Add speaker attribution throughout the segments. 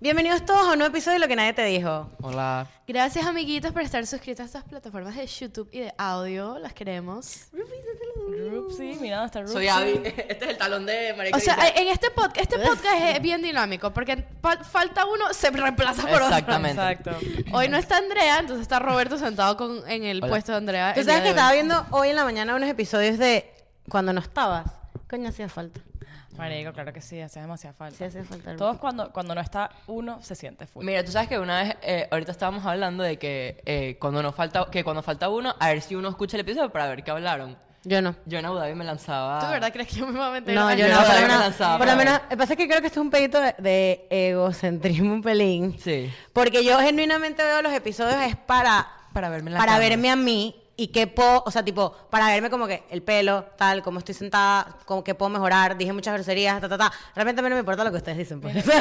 Speaker 1: Bienvenidos todos a un nuevo episodio de Lo que nadie te dijo.
Speaker 2: Hola.
Speaker 3: Gracias, amiguitos, por estar suscritos a estas plataformas de YouTube y de audio. Las queremos.
Speaker 4: Rupsi, mira, hasta Rupsi.
Speaker 2: Soy Avi. Este es el talón de Marica.
Speaker 3: O sea, en este podcast, este podcast es bien dinámico porque fal- falta uno, se reemplaza por
Speaker 2: Exactamente.
Speaker 4: Exacto.
Speaker 3: otro. Hoy no está Andrea, entonces está Roberto sentado con, en el
Speaker 2: Hola.
Speaker 3: puesto de Andrea.
Speaker 1: Tú
Speaker 3: Ah, el
Speaker 1: sabes que
Speaker 3: día de
Speaker 1: estaba
Speaker 3: hoy.
Speaker 1: viendo hoy en la mañana unos episodios de cuando no estabas. Coño, hacía falta.
Speaker 4: Marico, claro que sí, hace demasiada falta.
Speaker 1: Sí, hacía falta. el-
Speaker 4: Todos cuando, cuando no está uno se siente full.
Speaker 2: Mira, tú sabes que una vez, eh, ahorita estábamos hablando de que eh, cuando nos falta, que cuando falta uno, a ver si uno escucha el episodio para ver qué hablaron.
Speaker 1: Yo no.
Speaker 2: Yo en Abu Dhabi me lanzaba.
Speaker 3: ¿Tú de verdad crees que yo me voy a meter?
Speaker 1: No,
Speaker 3: a-
Speaker 1: yo
Speaker 2: yo
Speaker 1: no.
Speaker 2: Ah. no
Speaker 1: Por lo
Speaker 2: me
Speaker 1: menos,
Speaker 2: lanzaba,
Speaker 1: por lo
Speaker 2: pero-
Speaker 1: menos- lo que pasa es que creo que esto es un pedito de, de egocentrismo un pelín.
Speaker 2: Sí.
Speaker 1: Porque yo genuinamente veo los episodios es para,
Speaker 2: Para verme en la
Speaker 1: para
Speaker 2: cámara.
Speaker 1: verme a mí y qué puedo, o sea, tipo, para verme como que el pelo, tal, cómo estoy sentada, como que puedo mejorar, dije muchas groserías, ta, ta, ta. Realmente a mí no me importa lo que ustedes dicen. Pues.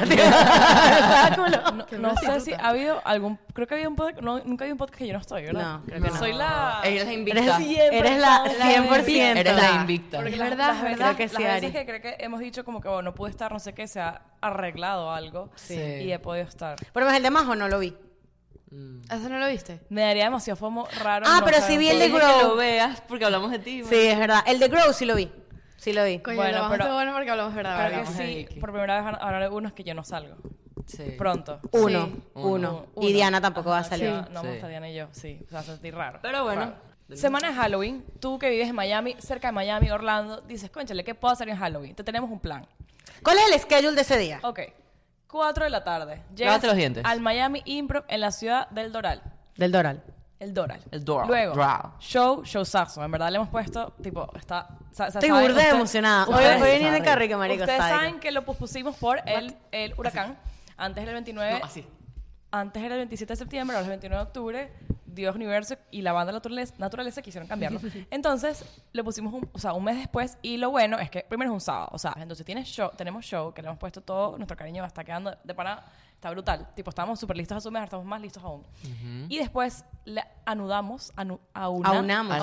Speaker 4: No, no sé si ha habido algún. Creo que había un podcast. no, nunca había un podcast que yo no estoy, ¿verdad?
Speaker 1: No, creo que no.
Speaker 4: Soy la.
Speaker 2: Eres la
Speaker 1: Eres,
Speaker 2: invicta.
Speaker 4: Siempre
Speaker 1: eres la
Speaker 4: estaba-
Speaker 1: 100%.
Speaker 2: Eres la invicta.
Speaker 4: Porque
Speaker 3: Es
Speaker 4: las-
Speaker 3: verdad,
Speaker 4: las
Speaker 3: es
Speaker 4: veces-
Speaker 3: verdad que sí,
Speaker 4: Las
Speaker 3: Ari.
Speaker 4: veces que creo que hemos dicho como que, bueno, no pude estar, no sé qué, se ha arreglado algo.
Speaker 2: Sí.
Speaker 4: Y he podido estar.
Speaker 1: Pero más el de Majo no lo vi.
Speaker 3: ¿Eso no lo viste?
Speaker 4: Me daría demasiado fomo raro.
Speaker 1: Ah,
Speaker 4: no
Speaker 1: pero
Speaker 4: saber
Speaker 1: sí vi el
Speaker 4: todo.
Speaker 1: de
Speaker 2: Oye, que lo
Speaker 1: Grow.
Speaker 2: veas porque hablamos de ti.
Speaker 1: Sí, es verdad. El de Grow sí lo vi. Sí lo vi.
Speaker 3: Coño,
Speaker 4: Bueno,
Speaker 3: lo vamos
Speaker 4: pero-
Speaker 3: a hacer bueno porque hablamos verdad.
Speaker 4: Creo que
Speaker 2: Hablamos de
Speaker 4: sí,
Speaker 2: Vicky.
Speaker 4: por primera vez ahora uno es que yo no salgo.
Speaker 2: man. Sí.
Speaker 4: Pronto.
Speaker 1: Uno,
Speaker 3: Sí.
Speaker 1: uno.
Speaker 4: Uno. Ah,
Speaker 1: Y Diana tampoco va a
Speaker 4: Ajá,
Speaker 1: salir.
Speaker 4: sí, no
Speaker 2: Sí.
Speaker 4: me gusta Diana y yo, sí. O sea, sentí raro.
Speaker 2: Pero bueno.
Speaker 4: Raro. Semana de Halloween, tú que vives en Miami, cerca de Miami, Orlando, dices, conchale, ¿qué puedo hacer en Halloween? Te tenemos un plan.
Speaker 1: ¿Cuál es el schedule de ese día?
Speaker 4: Ok, 4 de la tarde.
Speaker 2: Lávate los dientes.
Speaker 4: al Miami Improv en la ciudad del Doral.
Speaker 1: Del Doral.
Speaker 4: El Doral.
Speaker 2: El Doral.
Speaker 4: Luego,
Speaker 2: Doral.
Speaker 4: show, showzazo. En verdad le hemos puesto, tipo, está... sa- sa-
Speaker 1: Estoy
Speaker 4: saben,
Speaker 1: burda de
Speaker 4: usted-
Speaker 1: emocionada. Hoy
Speaker 4: ustedes-
Speaker 1: voy a venir
Speaker 2: saben.
Speaker 1: de carro y que marico
Speaker 4: Ustedes
Speaker 1: sádico.
Speaker 4: saben que lo pospusimos por el, el huracán. Antes del 29.
Speaker 2: No, así.
Speaker 4: Antes era el 27 de septiembre, ahora es el 29 de octubre. Dios Universo y la banda Naturaleza, naturaleza quisieron cambiarlo. Entonces, lo pusimos un, o sea, un mes después. Y lo bueno es que primero es un sábado. O sea, entonces tienes show, tenemos show, que le hemos puesto todo nuestro cariño, está quedando de parada. Está brutal. Tipo, estábamos súper listos a su mes, ahora estamos más listos aún. Y después le anudamos, anu- a una,
Speaker 1: Aunamos.
Speaker 4: aunamos,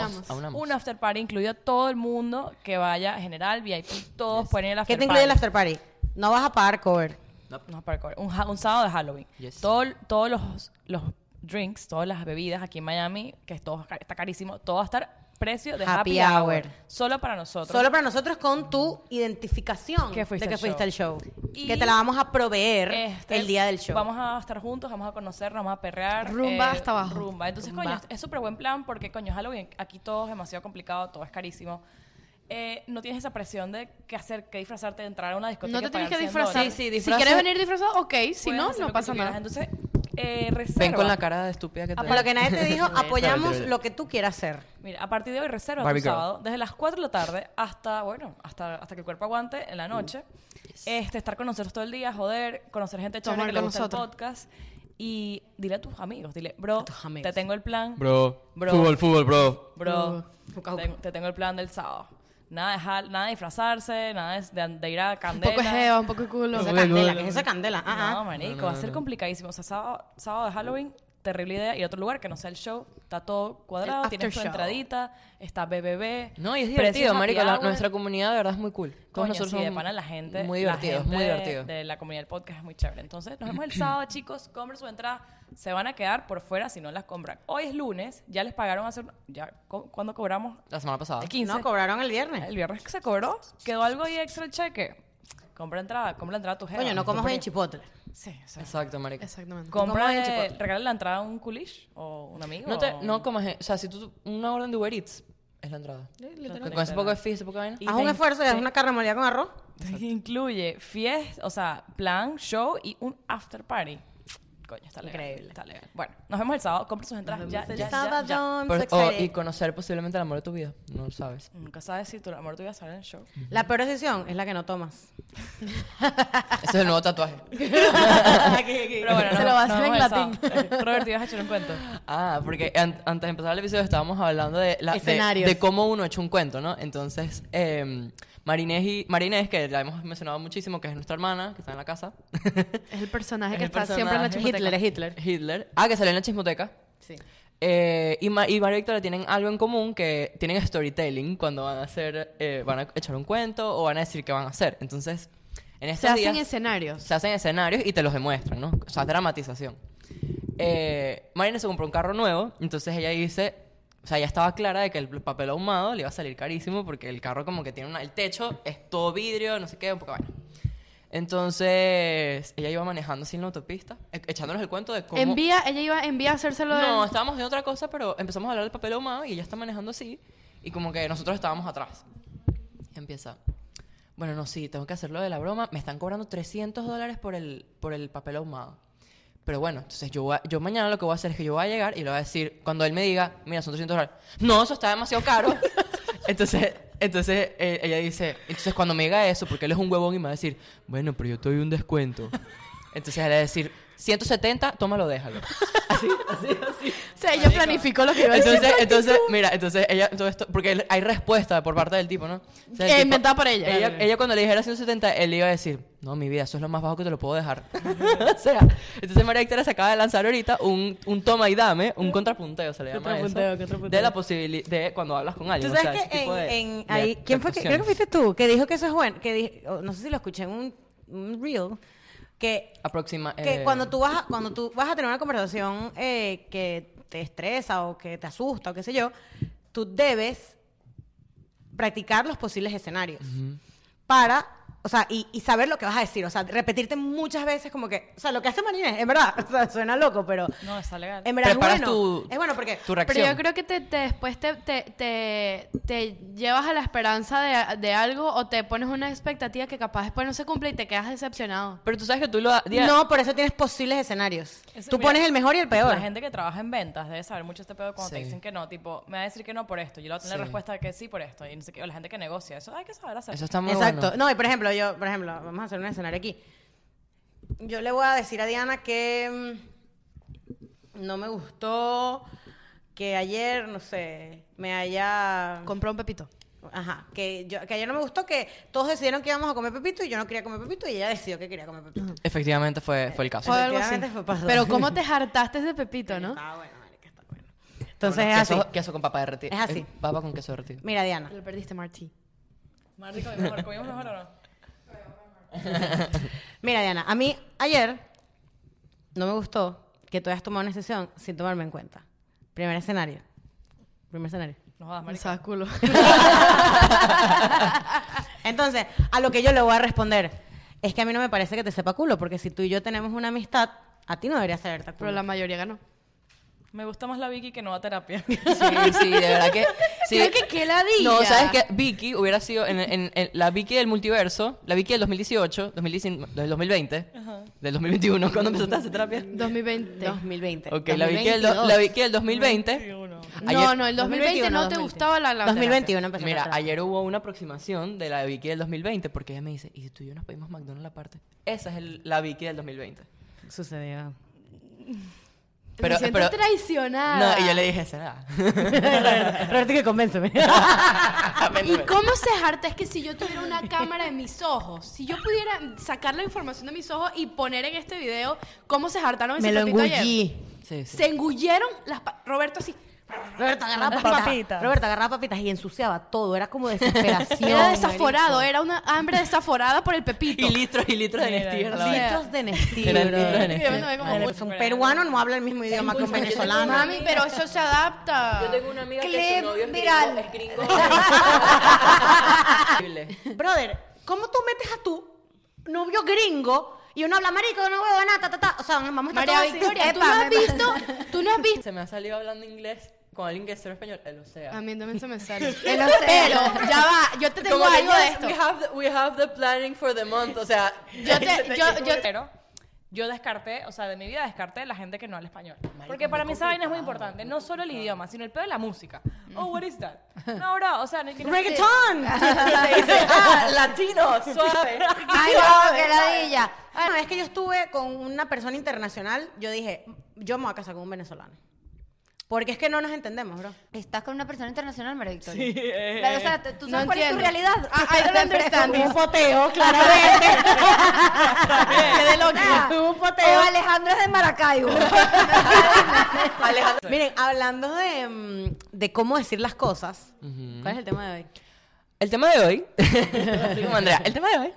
Speaker 2: Aunamos. Aunamos.
Speaker 4: un after party incluido a todo el mundo que vaya, general, VIP, todos pueden ir al after
Speaker 1: ¿Qué te
Speaker 4: party.
Speaker 1: incluye el after party? No vas a pagar cover.
Speaker 4: No, para el cover. Un, ja- un sábado de Halloween.
Speaker 2: Yes.
Speaker 4: Todo- todos los, los drinks, todas las bebidas aquí en Miami, que es todo, ca- está carísimo, todo va a estar precio de
Speaker 1: Happy
Speaker 4: happy, hour.
Speaker 1: hour.
Speaker 4: Solo para nosotros.
Speaker 1: Solo para nosotros con tu identificación
Speaker 4: Que fuiste
Speaker 1: de que
Speaker 4: al
Speaker 1: fuiste
Speaker 4: show.
Speaker 1: al show.
Speaker 4: Y-
Speaker 1: que te la vamos a proveer
Speaker 4: Este,
Speaker 1: el día del show.
Speaker 4: Vamos a estar juntos, vamos a conocernos, vamos a perrear. eh,
Speaker 3: Rumba hasta abajo.
Speaker 4: Rumba. Entonces,
Speaker 1: Rumba.
Speaker 4: coño, es súper buen plan porque, coño, Halloween, aquí todo es demasiado complicado, todo es carísimo. Eh, no tienes esa presión de qué hacer, qué disfrazarte, de entrar a una discoteca.
Speaker 3: No te
Speaker 4: y
Speaker 3: tienes que
Speaker 4: pagar 100
Speaker 3: disfrazar.
Speaker 4: dólares.
Speaker 2: Sí, sí,
Speaker 3: si
Speaker 2: disfraza-
Speaker 3: quieres venir disfrazado, ok. Si
Speaker 4: Puedes
Speaker 3: no,
Speaker 4: hacer lo
Speaker 3: no
Speaker 4: que
Speaker 3: pasa
Speaker 4: tú quieras.
Speaker 3: nada.
Speaker 4: Entonces, eh,
Speaker 2: Ven con
Speaker 4: reserva.
Speaker 2: la cara de estúpida que te
Speaker 1: Por lo que nadie te dijo, apoyamos lo que tú quieras hacer.
Speaker 4: Mira, a partir de hoy reserva
Speaker 2: Barbie
Speaker 4: tu
Speaker 2: girl.
Speaker 4: sábado desde las 4 de la tarde hasta, bueno, hasta, hasta que el cuerpo aguante en la noche. Este, estar con nosotros todo el día, joder, conocer gente chévere
Speaker 3: Tomar
Speaker 4: que le
Speaker 3: con
Speaker 4: gusta el
Speaker 3: nosotros.
Speaker 4: podcast. Y dile a tus amigos, dile, bro,
Speaker 1: tus amigos.
Speaker 4: te tengo el plan.
Speaker 2: Bro.
Speaker 4: Bro.
Speaker 2: Fútbol, fútbol,
Speaker 4: Fútbol,
Speaker 2: bro.
Speaker 4: Bro,
Speaker 1: Uca, uca.
Speaker 4: te, te tengo el plan del sábado. Nada de, jal- nada de disfrazarse, nada de, de- de ir a
Speaker 3: Un
Speaker 4: candela.
Speaker 3: poco geo, un poco culo.
Speaker 1: Esa candela, que es esa candela. Ah,
Speaker 4: No,
Speaker 1: ah.
Speaker 4: manico, va a ser complicadísimo. O sea, sábado, sábado de Halloween, terrible idea. Ir a otro lugar que no sea el show. Está todo cuadrado,
Speaker 1: El
Speaker 4: tienes tu
Speaker 1: after show.
Speaker 4: entradita, está BBB.
Speaker 2: No, y es
Speaker 4: precios
Speaker 2: divertido,
Speaker 4: happy
Speaker 2: marico. la-
Speaker 4: hour.
Speaker 2: nuestra comunidad de verdad es muy cool. Todos
Speaker 4: Coño,
Speaker 2: nosotros
Speaker 4: sí,
Speaker 2: somos
Speaker 4: de pana la gente.
Speaker 2: Muy
Speaker 4: la
Speaker 2: divertido, es
Speaker 4: gente
Speaker 2: muy divertido.
Speaker 4: De, la comunidad del podcast es muy chévere. Entonces, nos vemos el sábado, chicos. Compren su entrada. Se van a quedar por fuera si no las compran. Hoy es lunes, ya les pagaron hace. un- Ya, co- ¿Cuándo cobramos?
Speaker 2: La semana pasada.
Speaker 4: El 15.
Speaker 1: No, cobraron el viernes.
Speaker 4: el viernes que se cobró, quedó algo ahí extra el cheque. Compra entrada, compra entrada a tu jefe.
Speaker 1: Coño, no comas hoy en Chipotle.
Speaker 4: Sí, o sea,
Speaker 2: Exacto, marico.
Speaker 3: Exactamente.
Speaker 4: Compra,
Speaker 1: Comas en
Speaker 4: eh,
Speaker 1: Chipotle.
Speaker 4: regala la entrada a un coolish o un amigo.
Speaker 2: No, te,
Speaker 4: o-
Speaker 2: no comas, eh, o sea, si tú una orden de Uber Eats es la entrada.
Speaker 4: literal.
Speaker 2: Con ese poco de fizz, ese poco de vaina.
Speaker 4: Y
Speaker 1: Haz un
Speaker 4: te-
Speaker 1: esfuerzo y haz una carne molida con arroz.
Speaker 4: Incluye fiesta, o sea, plan, show y un after party. Coño, está legal.
Speaker 1: Increíble.
Speaker 4: Está legal. Bueno, nos vemos el sábado. Compra sus entradas
Speaker 1: Ah,
Speaker 4: ya, ya, ya, ya.
Speaker 1: Sábado, so
Speaker 2: Pero- o-
Speaker 1: excited.
Speaker 2: Pues, oh, y conocer posiblemente el amor de tu vida, no lo sabes.
Speaker 4: Nunca sabes si tu amor te iba a salir en el show.
Speaker 1: La peor decisión es la que no tomas.
Speaker 2: Eh, Ese es el nuevo tatuaje.
Speaker 4: Pero bueno,
Speaker 3: Se
Speaker 4: nos-
Speaker 3: lo va a
Speaker 4: nos
Speaker 3: hacer
Speaker 4: vemos
Speaker 3: en
Speaker 4: el sábado. Robert, ¿te ibas a echar un cuento?
Speaker 2: Ah, porque an- antes de empezar el episodio estábamos hablando de, la, de,
Speaker 1: Escenarios.
Speaker 2: de cómo uno echa un cuento, ¿no? Entonces, eh, Marinés, y, Marinés, que la hemos mencionado muchísimo, que es nuestra hermana, que está en la casa.
Speaker 3: Es el personaje que
Speaker 2: Es el
Speaker 3: está siempre en la
Speaker 2: personaje.
Speaker 3: chismoteca.
Speaker 1: Hitler es Hitler.
Speaker 2: Hitler. Ah, que salió en la chismoteca.
Speaker 1: Sí.
Speaker 2: Eh, y, Ma- y Mario y Victoria tienen algo en común que tienen storytelling cuando van a hacer, eh, van a echar un cuento o van a decir qué van a hacer. Entonces, En estos
Speaker 3: Se hacen
Speaker 2: días,
Speaker 3: escenarios.
Speaker 2: se hacen escenarios y te los demuestran, ¿no? O sea, es dramatización. Eh, Marina se compró un carro nuevo, entonces ella dice, o sea, ya estaba clara de que el papel ahumado le iba a salir carísimo porque el carro como que tiene una, el techo es todo vidrio, no sé qué, un poco bueno. Entonces, ella iba manejando sin la autopista, e- echándonos el cuento de cómo...
Speaker 3: En vía, ella iba en vía a hacérselo de-
Speaker 2: No, estábamos en otra cosa, pero empezamos a hablar del papel ahumado y ella está manejando así y como que nosotros estábamos atrás. Y empieza. Bueno, no, sí, tengo que hacerlo de la broma. Me están cobrando 300 dólares por el, por el papel ahumado. Pero bueno, entonces yo, voy a- yo mañana lo que voy a hacer es que yo voy a llegar y le voy a decir, cuando él me diga, mira, son 300 dólares. No, eso está demasiado caro. entonces, entonces eh, ella dice, entonces cuando me diga eso, porque él es un huevón y me va a decir, bueno, pero yo te doy un descuento. Entonces él va a decir, 170, tómalo, déjalo.
Speaker 3: O sea, ella planificó lo que iba a decir.
Speaker 2: Entonces, entonces, mira, entonces ella, todo esto, porque él- hay respuesta por parte del tipo, ¿no? O sea, el
Speaker 3: Eh,
Speaker 2: tipo-
Speaker 3: inventada por ella.
Speaker 2: Ella,
Speaker 3: Claro.
Speaker 2: ella cuando le dijera 170, él le iba a decir, no, mi vida, eso es lo más bajo que te lo puedo dejar. o sea, entonces María Victoria se acaba de lanzar ahorita un, un toma y dame, un contrapunteo, se le llama
Speaker 5: Contrapunteo,
Speaker 2: eso.
Speaker 5: contrapunteo.
Speaker 2: De la posibilidad, de cuando hablas con alguien.
Speaker 1: Tú
Speaker 2: o
Speaker 1: sabes que
Speaker 2: sea, ese
Speaker 1: en,
Speaker 2: tipo de-
Speaker 1: en-
Speaker 2: de
Speaker 1: ahí, ¿quién fue? Que, creo que
Speaker 2: actuaciones.
Speaker 1: fuiste tú, que dijo que eso es bueno, que di- o no sé si lo escuché en un, un reel, que
Speaker 2: Aproxima,
Speaker 1: que
Speaker 2: eh,
Speaker 1: cuando tú vas a, cuando tú vas a tener una conversación eh, que te estresa o que te asusta o qué sé yo tú debes practicar los posibles escenarios para o sea y, y saber lo que vas a decir o sea repetirte muchas veces como que o sea lo que hace Marina es en verdad o sea, suena loco pero
Speaker 4: No, está legal.
Speaker 1: en verdad es
Speaker 2: Preparas
Speaker 1: bueno
Speaker 2: tu-
Speaker 1: es bueno porque
Speaker 2: tu
Speaker 3: Pero
Speaker 2: reacción.
Speaker 3: yo creo que te, te- después te, te, te, te llevas a la esperanza de, de algo o te pones una expectativa que capaz después no se cumple y te quedas decepcionado.
Speaker 2: Pero tú sabes que tú lo... ha- Diana-
Speaker 1: no por eso tienes posibles escenarios
Speaker 4: Eso,
Speaker 1: tú
Speaker 4: mira,
Speaker 1: pones el mejor y el peor
Speaker 4: La gente que trabaja en ventas debe saber mucho este pedo cuando te
Speaker 2: Sí.
Speaker 4: dicen que no. Tipo, me va a decir que no por esto. Yo le voy a tener
Speaker 2: Sí.
Speaker 4: la respuesta de que sí por esto. Y no sé qué. O la gente que negocia. Eso hay que saber hacer.
Speaker 2: Eso está muy
Speaker 1: Exacto.
Speaker 2: bueno.
Speaker 1: No, y por ejemplo, yo, por ejemplo, vamos a hacer un escenario aquí. Yo le voy a decir a Diana que mm, no me gustó que ayer, no sé, me haya...
Speaker 3: Compró un pepito.
Speaker 1: Ajá, que, yo, que ayer no me gustó que todos decidieron que íbamos a comer pepito y yo no quería comer pepito y ella decidió que quería comer pepito.
Speaker 2: Efectivamente fue, fue el caso.
Speaker 3: Fue algo así.
Speaker 1: Efectivamente, fue pasado.
Speaker 3: Pero cómo te hartaste de pepito, ¿no?
Speaker 1: Está bueno, marica, está bueno. Entonces
Speaker 2: Bueno,
Speaker 1: es así.
Speaker 2: queso, queso con papa derretida.
Speaker 1: Es así.
Speaker 2: Eh, Papa con queso derretido.
Speaker 1: Mira, Diana.
Speaker 3: Lo perdiste, Martí.
Speaker 4: Marta, ¿comimos mejor? ¿Comimos mejor o no?
Speaker 1: Mira, Diana, a mí ayer no me gustó que tú hayas tomado una decisión sin tomarme en cuenta. Primer escenario. Primer escenario.
Speaker 4: No jodas,
Speaker 3: Me
Speaker 4: marica.
Speaker 3: sabe culo.
Speaker 1: Entonces, a lo que yo le voy a responder es que a mí no me parece que te sepa culo, porque si tú y yo tenemos una amistad, a ti no debería saberte a culo.
Speaker 3: Pero la mayoría ganó.
Speaker 4: Me gusta más la Vicky que no va a terapia.
Speaker 2: Sí, sí, de verdad que. sí.
Speaker 3: Creo que qué ladilla.
Speaker 2: No, sabes que Vicky hubiera sido en, en- en la Vicky del multiverso, la Vicky del 2018, 2019, del 2020, del 2021, cuando empezaste a hacer terapia.
Speaker 3: 2020.
Speaker 1: 2020.
Speaker 2: Ok, la Vicky, del do- la Vicky del 2020.
Speaker 3: No, no, el 2020 no te gustaba la la
Speaker 1: 2021 empezó.
Speaker 2: Mira, ayer hubo una aproximación de la Vicky del 2020 porque ella me dice, ¿y si tú y yo nos pedimos McDonald's aparte? Esa es el- la Vicky del 2020.
Speaker 1: Sucedió.
Speaker 3: terapia.
Speaker 2: Pero-
Speaker 3: Me siento
Speaker 2: pero-
Speaker 3: traicionada.
Speaker 2: No, y yo le dije, será.
Speaker 1: Roberto, que convénceme.
Speaker 3: ¿Y cómo se harta es que si yo tuviera una cámara en mis ojos, si yo pudiera sacar la información de mis ojos y poner en este video cómo se hartaron ese
Speaker 1: me lo
Speaker 3: pepito ayer?
Speaker 1: engullí.
Speaker 2: Sí, sí.
Speaker 3: Se engulleron las pa- Roberto así.
Speaker 1: Roberto agarraba
Speaker 4: Las
Speaker 1: papitas.
Speaker 4: papitas.
Speaker 1: Roberto agarraba papitas y ensuciaba todo. Era como desesperación.
Speaker 3: Era desaforado,
Speaker 1: marico.
Speaker 3: era una hambre desaforada por el pepito.
Speaker 2: Y litros y litros de
Speaker 4: Mira,
Speaker 2: Nestlé.
Speaker 3: sí.
Speaker 1: Litros de Nestlí,
Speaker 2: Eran
Speaker 1: bro.
Speaker 2: litros de Nestlé.
Speaker 3: Yo me tomé como
Speaker 4: Madre,
Speaker 3: mucho.
Speaker 1: Un peruano no habla el mismo idioma que un venezolano.
Speaker 3: pues, Mami, pero eso se adapta.
Speaker 2: Yo tengo una amiga que
Speaker 3: Clip
Speaker 2: su novio es
Speaker 3: viral.
Speaker 2: gringo. Ah.
Speaker 1: Brother, ¿cómo tú metes a tu novio gringo y uno habla marico, no huevo, nada, ta, ta, ta? O sea, vamos a estar
Speaker 3: María
Speaker 1: todos así.
Speaker 3: Victoria, tú
Speaker 1: Epa,
Speaker 3: no has
Speaker 1: me-
Speaker 3: visto, tú no has visto.
Speaker 2: Se me ha salido hablando inglés con alguien que es cero español. El Osea.
Speaker 3: A mí también se Ah, me sale. Pero ya va, yo te tengo algo de esto.
Speaker 2: We have, the, we have the planning for the month. O sea,
Speaker 3: Yo te, yo, yo,
Speaker 4: Pero yo descarté, o sea, de mi vida descarté la gente que no habla español. Porque para mí esa vaina es muy importante. No solo el idioma, sino el pedo de la música. Oh, what is that? No, bro, o sea, no tiene-
Speaker 1: ¡Reggaetón!
Speaker 2: te dice, ah, latino, suave.
Speaker 1: Ay, no, que ladilla. Una vez que yo estuve con una persona internacional, yo dije, yo me voy a casar con un venezolano. Porque es que no nos entendemos, bro.
Speaker 6: Estás con una persona internacional, María Victoria. Claro, o sea, tú sabes
Speaker 3: No
Speaker 6: cuál
Speaker 3: entiendo.
Speaker 6: es tu realidad.
Speaker 3: Ah, I don't understand
Speaker 1: Un poteo, claramente.
Speaker 3: Quedé loca.
Speaker 1: Hubo un poteo.
Speaker 6: O Alejandro es de Maracaibo.
Speaker 2: Alejandro.
Speaker 1: Miren, hablando de, mm, de cómo decir las cosas, ¿cuál es el tema de hoy?
Speaker 2: El tema de hoy, así como Andrea, el tema de hoy,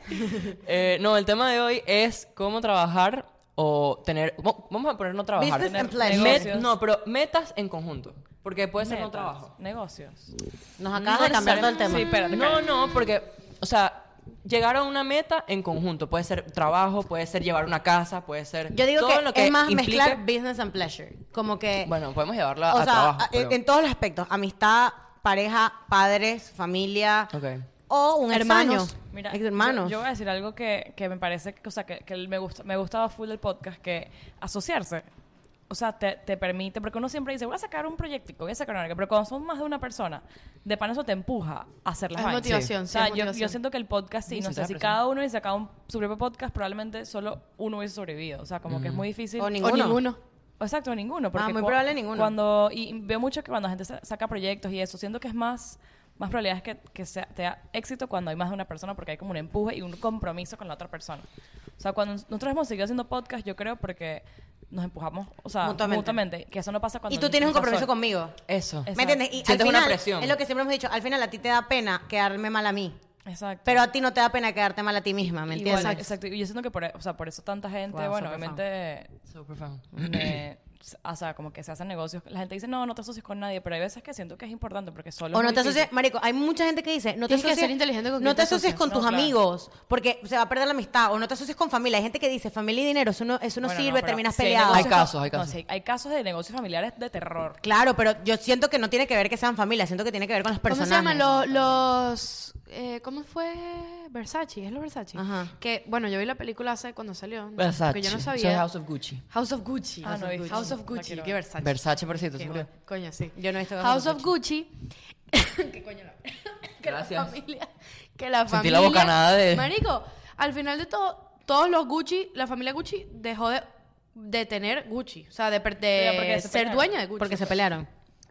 Speaker 2: eh, no, el tema de hoy es cómo trabajar o tener, mo- vamos a poner no trabajar,
Speaker 1: Business and
Speaker 2: tener
Speaker 1: pleasure.
Speaker 2: met-
Speaker 4: Negocios.
Speaker 2: no, pero metas en conjunto, porque puede ser no trabajo.
Speaker 4: Negocios.
Speaker 3: Mm,
Speaker 1: Nos acabas
Speaker 2: No
Speaker 1: de cambiar todo el tema.
Speaker 4: necesariamente. Sí, espérate,
Speaker 2: No, no, porque, o sea, llegar a una meta en conjunto, puede ser trabajo, puede ser llevar una casa, puede ser
Speaker 1: Yo digo
Speaker 2: todo
Speaker 1: que,
Speaker 2: lo que
Speaker 1: es más
Speaker 2: implique-
Speaker 1: mezclar business and pleasure. Como que,
Speaker 2: Bueno, podemos llevarla
Speaker 1: o
Speaker 2: a
Speaker 1: sea,
Speaker 2: trabajo.
Speaker 1: a-
Speaker 2: pero-
Speaker 1: en todos los aspectos. Amistad, pareja, padres, familia.
Speaker 2: Ok.
Speaker 1: O un hermano.
Speaker 4: Hermanos. Mira,
Speaker 1: Ex- hermanos.
Speaker 4: Yo, yo voy a decir algo que, que me parece, que- o sea, que, que me, gusta, me gustaba full del podcast, que asociarse, o sea, te, te permite, porque uno siempre dice, voy a sacar un proyectico, voy a sacar una verga", pero cuando somos más de una persona, de pan eso te empuja a hacer las
Speaker 3: Es
Speaker 4: vainas.
Speaker 3: motivación,
Speaker 4: O
Speaker 3: sí,
Speaker 4: sea,
Speaker 3: es
Speaker 4: yo- yo,
Speaker 3: motivación.
Speaker 4: siento que el podcast, sí,
Speaker 2: Sí,
Speaker 4: no
Speaker 2: sí,
Speaker 4: sé,
Speaker 2: te
Speaker 4: si
Speaker 2: da
Speaker 4: cada uno hubiese sacado un, su propio podcast, probablemente solo uno hubiese sobrevivido, o sea, como que es muy difícil.
Speaker 1: O
Speaker 3: O
Speaker 1: Ninguno.
Speaker 3: ninguno.
Speaker 4: Exacto, ninguno. Porque
Speaker 1: Ah, muy
Speaker 4: cua-
Speaker 1: probable ninguno.
Speaker 4: Cuando, y veo mucho que cuando la gente sa- saca proyectos y eso, siento que es más, más probabilidades que, que sea, te da éxito cuando hay más de una persona porque hay como un empuje y un compromiso con la otra persona. O sea, cuando nos- nosotros hemos seguido haciendo podcast, yo creo porque nos empujamos, o sea,
Speaker 1: Mutuamente.
Speaker 4: mutuamente. que eso no pasa cuando...
Speaker 1: Y tú tienes un compromiso
Speaker 4: con
Speaker 1: conmigo.
Speaker 2: Eso.
Speaker 4: Es-
Speaker 1: ¿Me entiendes? Y al
Speaker 2: Sientes una
Speaker 1: final,
Speaker 2: presión.
Speaker 1: es lo que siempre hemos dicho, al final a ti te da pena quedarme mal a mí.
Speaker 4: Exacto.
Speaker 1: Pero a ti no te da pena quedarte mal a ti misma, ¿me
Speaker 4: Igual,
Speaker 1: entiendes?
Speaker 4: exacto. Y yo siento que por, e, o sea, por eso tanta gente,
Speaker 2: Guau,
Speaker 4: bueno,
Speaker 2: súper fan.
Speaker 4: obviamente
Speaker 2: So profound.
Speaker 4: me- o sea, como que se hacen negocios. La gente dice, no, no te asocies con nadie, pero hay veces que siento que es importante porque solo...
Speaker 1: O
Speaker 4: es
Speaker 1: no
Speaker 4: muy
Speaker 1: te
Speaker 4: difícil.
Speaker 1: asocies, marico, hay mucha gente que dice, no te
Speaker 3: Tienes que
Speaker 1: asocies,
Speaker 3: ser inteligente
Speaker 1: no
Speaker 3: con
Speaker 1: te
Speaker 3: quién te
Speaker 1: asocies
Speaker 3: asocias.
Speaker 1: con
Speaker 4: No,
Speaker 1: tus
Speaker 4: claro.
Speaker 1: amigos, porque se va a perder la amistad, o no te asocies con familia, hay gente que dice, familia y dinero, eso no, eso no
Speaker 4: Bueno,
Speaker 1: sirve,
Speaker 4: pero
Speaker 1: terminas
Speaker 4: si hay
Speaker 1: peleado.
Speaker 4: negocios-
Speaker 2: Hay casos, hay
Speaker 4: no,
Speaker 2: casos.
Speaker 4: si hay, hay casos de negocios familiares de terror.
Speaker 1: Claro, pero yo siento que no tiene que ver que sean familia, siento que tiene que ver con los
Speaker 3: ¿Cómo
Speaker 1: personajes.
Speaker 3: se llaman los... los eh, ¿Cómo fue? Versace, es lo Versace.
Speaker 1: Ajá.
Speaker 3: Que, bueno, yo vi la película hace cuando salió. ¿no?
Speaker 2: Versace.
Speaker 3: Que yo no
Speaker 2: Soy
Speaker 3: sabía.
Speaker 2: House of Gucci.
Speaker 3: House of Gucci.
Speaker 4: Ah,
Speaker 3: House
Speaker 4: no
Speaker 3: of
Speaker 4: he
Speaker 3: Gucci.
Speaker 4: visto.
Speaker 3: House of
Speaker 4: La
Speaker 3: Gucci.
Speaker 4: quiero
Speaker 3: Qué
Speaker 4: ver.
Speaker 3: Versace.
Speaker 2: Versace, por cierto,
Speaker 3: Qué
Speaker 2: se murió.
Speaker 3: bueno. Coño, sí.
Speaker 1: Yo no he visto
Speaker 3: House of Gucci. ¿Qué coño la- Que la
Speaker 2: Gracias.
Speaker 3: familia. Que la
Speaker 2: Sentí la
Speaker 3: familia.
Speaker 2: bocanada de-
Speaker 3: Marico, al final de todo, todos los Gucci, la familia Gucci dejó de, de tener Gucci. O sea, de, per- de
Speaker 4: Pero porque se
Speaker 3: ser
Speaker 4: pelearon.
Speaker 3: dueña de Gucci.
Speaker 1: porque se pelearon.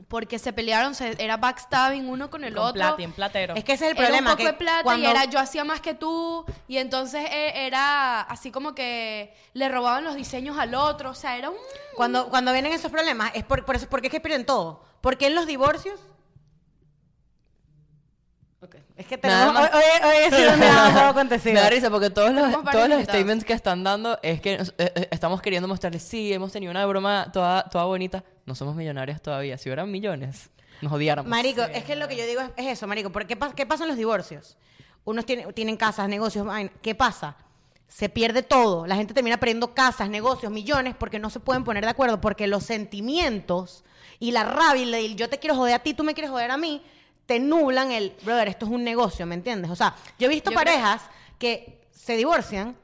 Speaker 3: Porque se pelearon, se- era backstabbing uno con el
Speaker 4: Con
Speaker 3: otro.
Speaker 4: platin, platero.
Speaker 1: Es que ese es el
Speaker 3: era
Speaker 1: problema.
Speaker 3: un poco
Speaker 1: que
Speaker 3: de plata
Speaker 1: cuando-
Speaker 3: y era yo hacía más que tú y entonces eh, era así como que le robaban los diseños al otro, o sea, era un
Speaker 1: Cuando, cuando vienen esos problemas, es por, por eso, porque es que pierden todo. Porque en los divorcios. Es que tenemos.
Speaker 2: Nada más.
Speaker 1: Hoy, hoy, hoy es donde ha todo
Speaker 2: Me da
Speaker 1: acontecido.
Speaker 2: risa porque todos los,
Speaker 3: Tenemos varios
Speaker 2: todos los
Speaker 3: invitados.
Speaker 2: statements que están dando es que eh, eh, estamos queriendo mostrarles, sí, hemos tenido una broma toda, toda bonita. No somos millonarios todavía. Si hubieran millones, nos odiáramos.
Speaker 1: Marico, es que lo que yo digo es, es eso, Marico. ¿Por qué, pa- qué pasa en los divorcios? Unos tienen, tienen casas, negocios, vaina. ¿qué pasa? Se pierde todo. La gente termina perdiendo casas, negocios, millones, porque no se pueden poner de acuerdo, porque los sentimientos y la rabia y el yo te quiero joder a ti, tú me quieres joder a mí, te nublan el, brother, esto es un negocio, ¿me entiendes? O sea, yo he visto
Speaker 3: Yo creo-
Speaker 1: parejas que se divorcian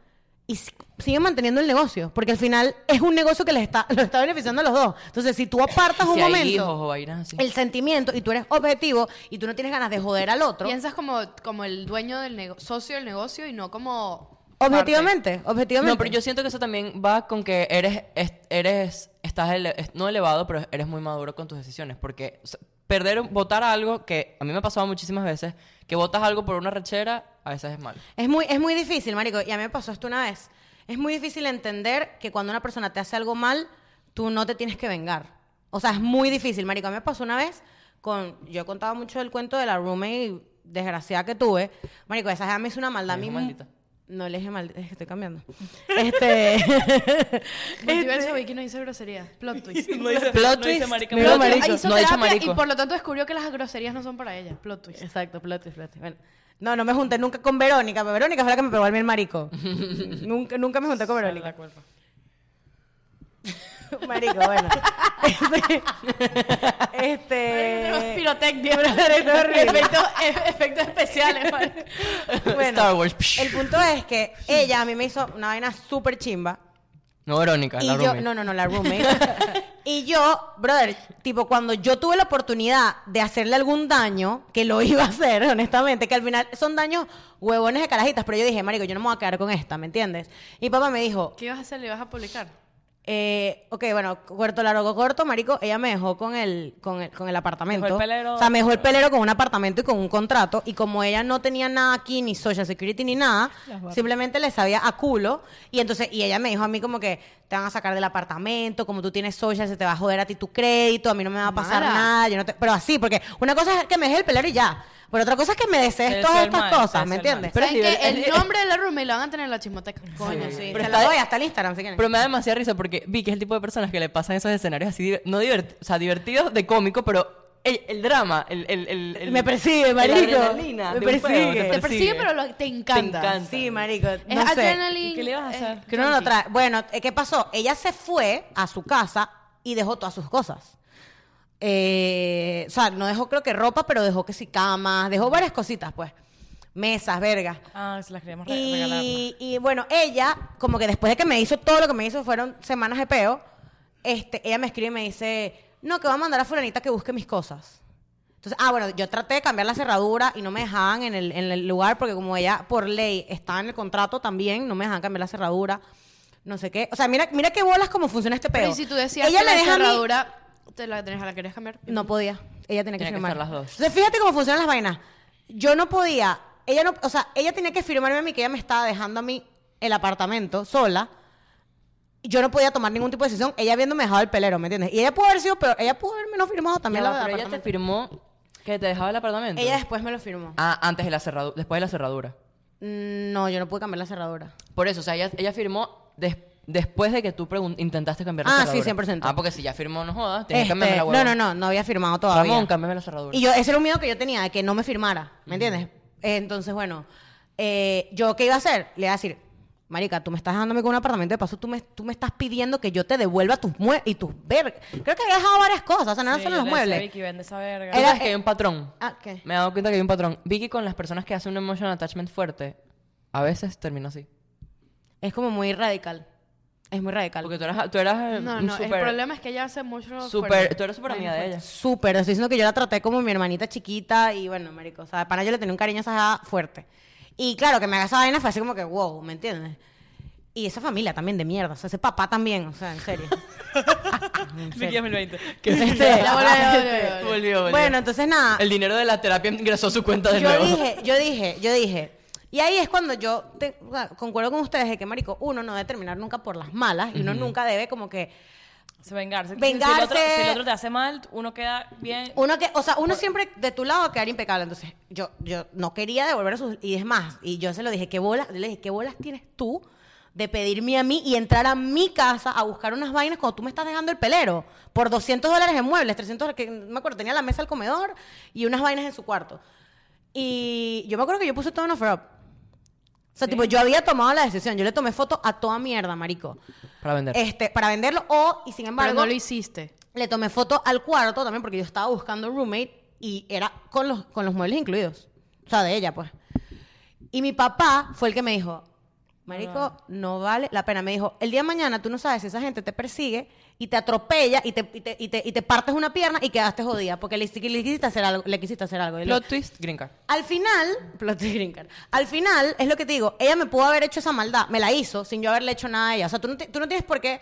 Speaker 1: y si- siguen manteniendo el negocio, porque al final es un negocio que les está, los está beneficiando a los dos. Entonces, si tú apartas
Speaker 2: si
Speaker 1: un
Speaker 2: hay
Speaker 1: momento
Speaker 2: hijos o vainas así.
Speaker 1: el sentimiento y tú eres objetivo y tú no tienes ganas de joder al otro.
Speaker 3: piensas como como el dueño del negocio, socio del negocio y no como
Speaker 1: Objetivamente, objetivamente.
Speaker 2: No, pero yo siento que eso también va con que eres, es- eres estás ele- es- no elevado, pero eres muy maduro con tus decisiones. Porque o sea, perder, votar algo, que a mí me ha pasado muchísimas veces, que votas algo por una rechera, a veces es malo.
Speaker 1: Es muy, es muy difícil, marico. Y a mí me pasó esto una vez. Es muy difícil entender que cuando una persona te hace algo mal, tú no te tienes que vengar. O sea, es muy difícil, marico. A mí me pasó una vez con... Yo he contado mucho del cuento de la roommate desgraciada que tuve. Marico, esa jeva me hizo una maldad a
Speaker 2: Le
Speaker 1: mí.
Speaker 2: dijo
Speaker 1: mu-
Speaker 2: maldita.
Speaker 1: No le dije maldita, es que estoy cambiando. Este...
Speaker 3: multiverso Vicky no dice grosería, plot twist.
Speaker 4: No dice,
Speaker 2: Plot
Speaker 4: no dice
Speaker 2: twist.
Speaker 4: marica,
Speaker 2: No,
Speaker 4: plot
Speaker 2: marico.
Speaker 3: Hizo
Speaker 2: no ha dicho
Speaker 3: terapia
Speaker 2: marico.
Speaker 3: y por lo tanto descubrió que las groserías no son para ella, plot twist.
Speaker 1: Exacto, plot twist, plot twist. Bueno, no, no me junté nunca con Verónica. pero Verónica fue la que me pegó al mí el marico. nunca, nunca me junté con
Speaker 4: twist.
Speaker 1: Verónica. marico, bueno. este.
Speaker 3: Tenemos
Speaker 1: este
Speaker 3: pirotecnia,
Speaker 1: esto es horrible.
Speaker 3: efectos, e-, efectos especiales. marico.
Speaker 1: bueno,
Speaker 2: Star Wars.
Speaker 1: El punto es que ella a mí me hizo una vaina súper chimba.
Speaker 2: No, Verónica,
Speaker 1: Y
Speaker 2: la
Speaker 1: yo,
Speaker 2: roommate.
Speaker 1: no, no, no, la roommate. y yo, brother, tipo, cuando yo tuve la oportunidad de hacerle algún daño, que lo iba a hacer, honestamente, que al final son daños huevones de carajitas, pero yo dije, marico, yo no me voy a quedar con esta, ¿me entiendes? Y papá me dijo,
Speaker 3: ¿Qué ibas a hacer? ¿Le ibas a publicar?
Speaker 1: eh, ok, bueno, corto, largo, corto, marico, ella me dejó con el, con el, con el apartamento.
Speaker 4: Dejó el pelero.
Speaker 1: O sea, me dejó el pelero con un apartamento y con un contrato. Y como ella no tenía nada aquí, ni social security, ni nada, simplemente le sabía a culo. Y entonces, y ella me dijo a mí como que te van a sacar del apartamento, como tú tienes social, se te va a joder a ti tu crédito, a mí no me va a pasar
Speaker 3: Mala.
Speaker 1: nada, yo no te-". Pero así, porque una cosa es que me deje el pelero y ya. Pero otra cosa es que me desees
Speaker 4: Debe
Speaker 1: todas
Speaker 4: ser
Speaker 1: estas
Speaker 4: mal,
Speaker 1: cosas,
Speaker 4: debe
Speaker 1: ¿me
Speaker 4: ser mal.
Speaker 1: entiendes?
Speaker 2: Pero es
Speaker 3: ¿Saben qué?
Speaker 2: nivel-
Speaker 3: el nombre de la roommate lo van a tener en la chismoteca. Coño,
Speaker 1: Coño, sí.
Speaker 2: Pero
Speaker 1: Te
Speaker 2: está-
Speaker 1: la doy hasta el Instagram, si quieren.
Speaker 2: Pero me da demasiada risa porque vi que es el tipo de personas que le pasan esos escenarios así, diver- no divertidos, o sea, divertidos de cómico, pero el, el drama, el, el, el, el-
Speaker 1: Me persigue,
Speaker 2: el
Speaker 1: marico.
Speaker 2: adrenalina
Speaker 1: Me
Speaker 2: de un peo,
Speaker 1: persigue.
Speaker 3: Te persigue, pero lo- te encanta.
Speaker 2: encanta.
Speaker 1: Sí, marico.
Speaker 3: Es
Speaker 1: no sé.
Speaker 3: adrenaline.
Speaker 4: ¿Y qué le vas a
Speaker 3: es
Speaker 4: hacer?
Speaker 1: Que uno no lo
Speaker 3: junkie.
Speaker 1: trae. Bueno, eh, ¿qué pasó? Ella se fue a su casa y dejó todas sus cosas. Eh, o sea, no dejó creo que ropa, pero dejó que sí camas, dejó varias cositas, pues. Mesas, vergas.
Speaker 4: Ah, se las queríamos re- regalar.
Speaker 1: Y, y bueno, ella, como que después de que me hizo todo lo que me hizo, fueron semanas de peo, este, ella me escribe y me dice, no, que va a mandar a fulanita que busque mis cosas. Entonces, ah, bueno, yo traté de cambiar la cerradura y no me dejaban en el, en el lugar porque como ella, por ley, estaba en el contrato también, no me dejaban cambiar la cerradura, no sé qué. O sea, mira, mira qué bolas como funciona este peo.
Speaker 3: Pero ¿y si tú decías
Speaker 1: Ella
Speaker 3: que
Speaker 1: le
Speaker 3: la
Speaker 1: deja a mí-
Speaker 3: cerradura, te la, tenés, la querías cambiar.
Speaker 1: no podía. Ella tenía que
Speaker 2: Tenía que
Speaker 1: firmar.
Speaker 2: estar las dos.
Speaker 1: Entonces, fíjate cómo funcionan las vainas. Yo no podía. Ella no, o sea, ella tenía que firmarme a mí que ella me estaba dejando a mí el apartamento sola. Yo no podía tomar ningún tipo de decisión, ella habiéndome dejado el pelero, ¿me entiendes? Y ella pudo haber sido peor, ella pudo haberme no firmado también
Speaker 2: Ya va,
Speaker 1: la
Speaker 2: pero ella te firmó que te dejaba el apartamento.
Speaker 1: Ella después me lo firmó.
Speaker 2: Ah, antes de la cerradura, después de la cerradura.
Speaker 1: Mm, No, yo no pude cambiar la cerradura.
Speaker 2: Por eso, o sea, ella, ella firmó des- después de que tú pregun- intentaste cambiar la
Speaker 1: Ah,
Speaker 2: cerradura.
Speaker 1: sí, 100%.
Speaker 2: Ah, porque si ya firmó, no jodas, tienes que
Speaker 1: Este,
Speaker 2: cambiarme la hueva.
Speaker 1: no, no, no, no había firmado todavía.
Speaker 2: Ramón, cámbiame la cerradura.
Speaker 1: Y yo, ese era un miedo que yo tenía, de que no me firmara, ¿me entiendes? Eh, Entonces, bueno, eh, ¿yo qué iba a hacer? Le iba a decir, marica, tú me estás dejándome con un apartamento de paso, tú me, tú me estás pidiendo que yo te devuelva tus muebles y tus vergas. Creo que había dejado varias cosas, o sea, no eran
Speaker 4: Sí,
Speaker 1: solo los
Speaker 4: yo le decía a
Speaker 1: muebles.
Speaker 4: Vicky, vende esa verga.
Speaker 2: ¿Tú
Speaker 1: era-
Speaker 2: sabes que hay un patrón.
Speaker 1: Ah, ¿qué?
Speaker 2: Me he dado cuenta que hay un patrón. Vicky con las personas que hacen un emotional attachment fuerte, a veces termina así.
Speaker 1: Es como muy radical. Es muy radical.
Speaker 2: Porque tú eras, tú
Speaker 1: Eh,
Speaker 2: eras
Speaker 3: No,
Speaker 2: un
Speaker 3: no, el
Speaker 2: súper-
Speaker 3: problema es que ella hace mucho.
Speaker 2: súper-
Speaker 3: fuerte.
Speaker 2: tú eras súper amiga de ella.
Speaker 1: Súper, estoy diciendo que yo la traté como mi hermanita chiquita y bueno, marico, o sea, para yo le tenía un cariño a esa jada fuerte. Y claro, que me haga esa vaina fue así como que, wow, ¿me entiendes? Y esa familia también de mierda, o sea, ese papá también, o sea, en serio. En
Speaker 4: Vicky
Speaker 1: serio.
Speaker 4: 2020.
Speaker 1: Este,
Speaker 3: Ya volvió, ya volvió, ya volvió.
Speaker 2: Volvió, volvió.
Speaker 1: bueno, entonces nada,
Speaker 2: el dinero de la terapia ingresó a su cuenta de
Speaker 1: yo
Speaker 2: nuevo.
Speaker 1: dije, yo dije, yo dije, y ahí es cuando yo te- o sea, concuerdo con ustedes de que, marico, uno no debe terminar nunca por las malas y uno nunca debe como que
Speaker 4: Se vengarse.
Speaker 1: Vengarse.
Speaker 4: Si el, otro, si el otro te hace mal, uno queda bien.
Speaker 1: Uno que, o sea, uno siempre de tu lado va a quedar impecable. Entonces, yo, yo no quería devolver a sus. Y es más, y yo se lo dije, ¿qué bolas? Le dije, ¿qué bolas tienes tú de pedirme a mí y entrar a mi casa a buscar unas vainas cuando tú me estás dejando el pelero? Por 200 dólares en muebles, 300 que no me acuerdo, tenía la mesa al comedor y unas vainas en su cuarto. Y yo me acuerdo que yo puse todo en offer up. O sea, tipo, yo había tomado la decisión. Yo le tomé foto a toda mierda, marico.
Speaker 2: Para vender.
Speaker 1: Este, para venderlo o, y sin
Speaker 3: Pero
Speaker 1: embargo...
Speaker 3: no lo hiciste.
Speaker 1: Le tomé foto al cuarto también porque yo estaba buscando roommate y era con los, con los muebles incluidos. O sea, de ella, pues. Y mi papá fue el que me dijo, marico, no vale la pena. Me dijo, el día de mañana tú no sabes si esa gente te persigue y te atropella y te, y te, y te, y te partes una pierna y quedaste jodida porque le, hici- le quisiste hacer algo. Le quisiste hacer algo. Y lo-
Speaker 2: Plot twist, green card.
Speaker 1: al final, plot twist green card. Al final, es lo que te digo, ella me pudo haber hecho esa maldad, me la hizo sin yo haberle hecho nada a ella. O sea, tú no, te- tú no tienes por qué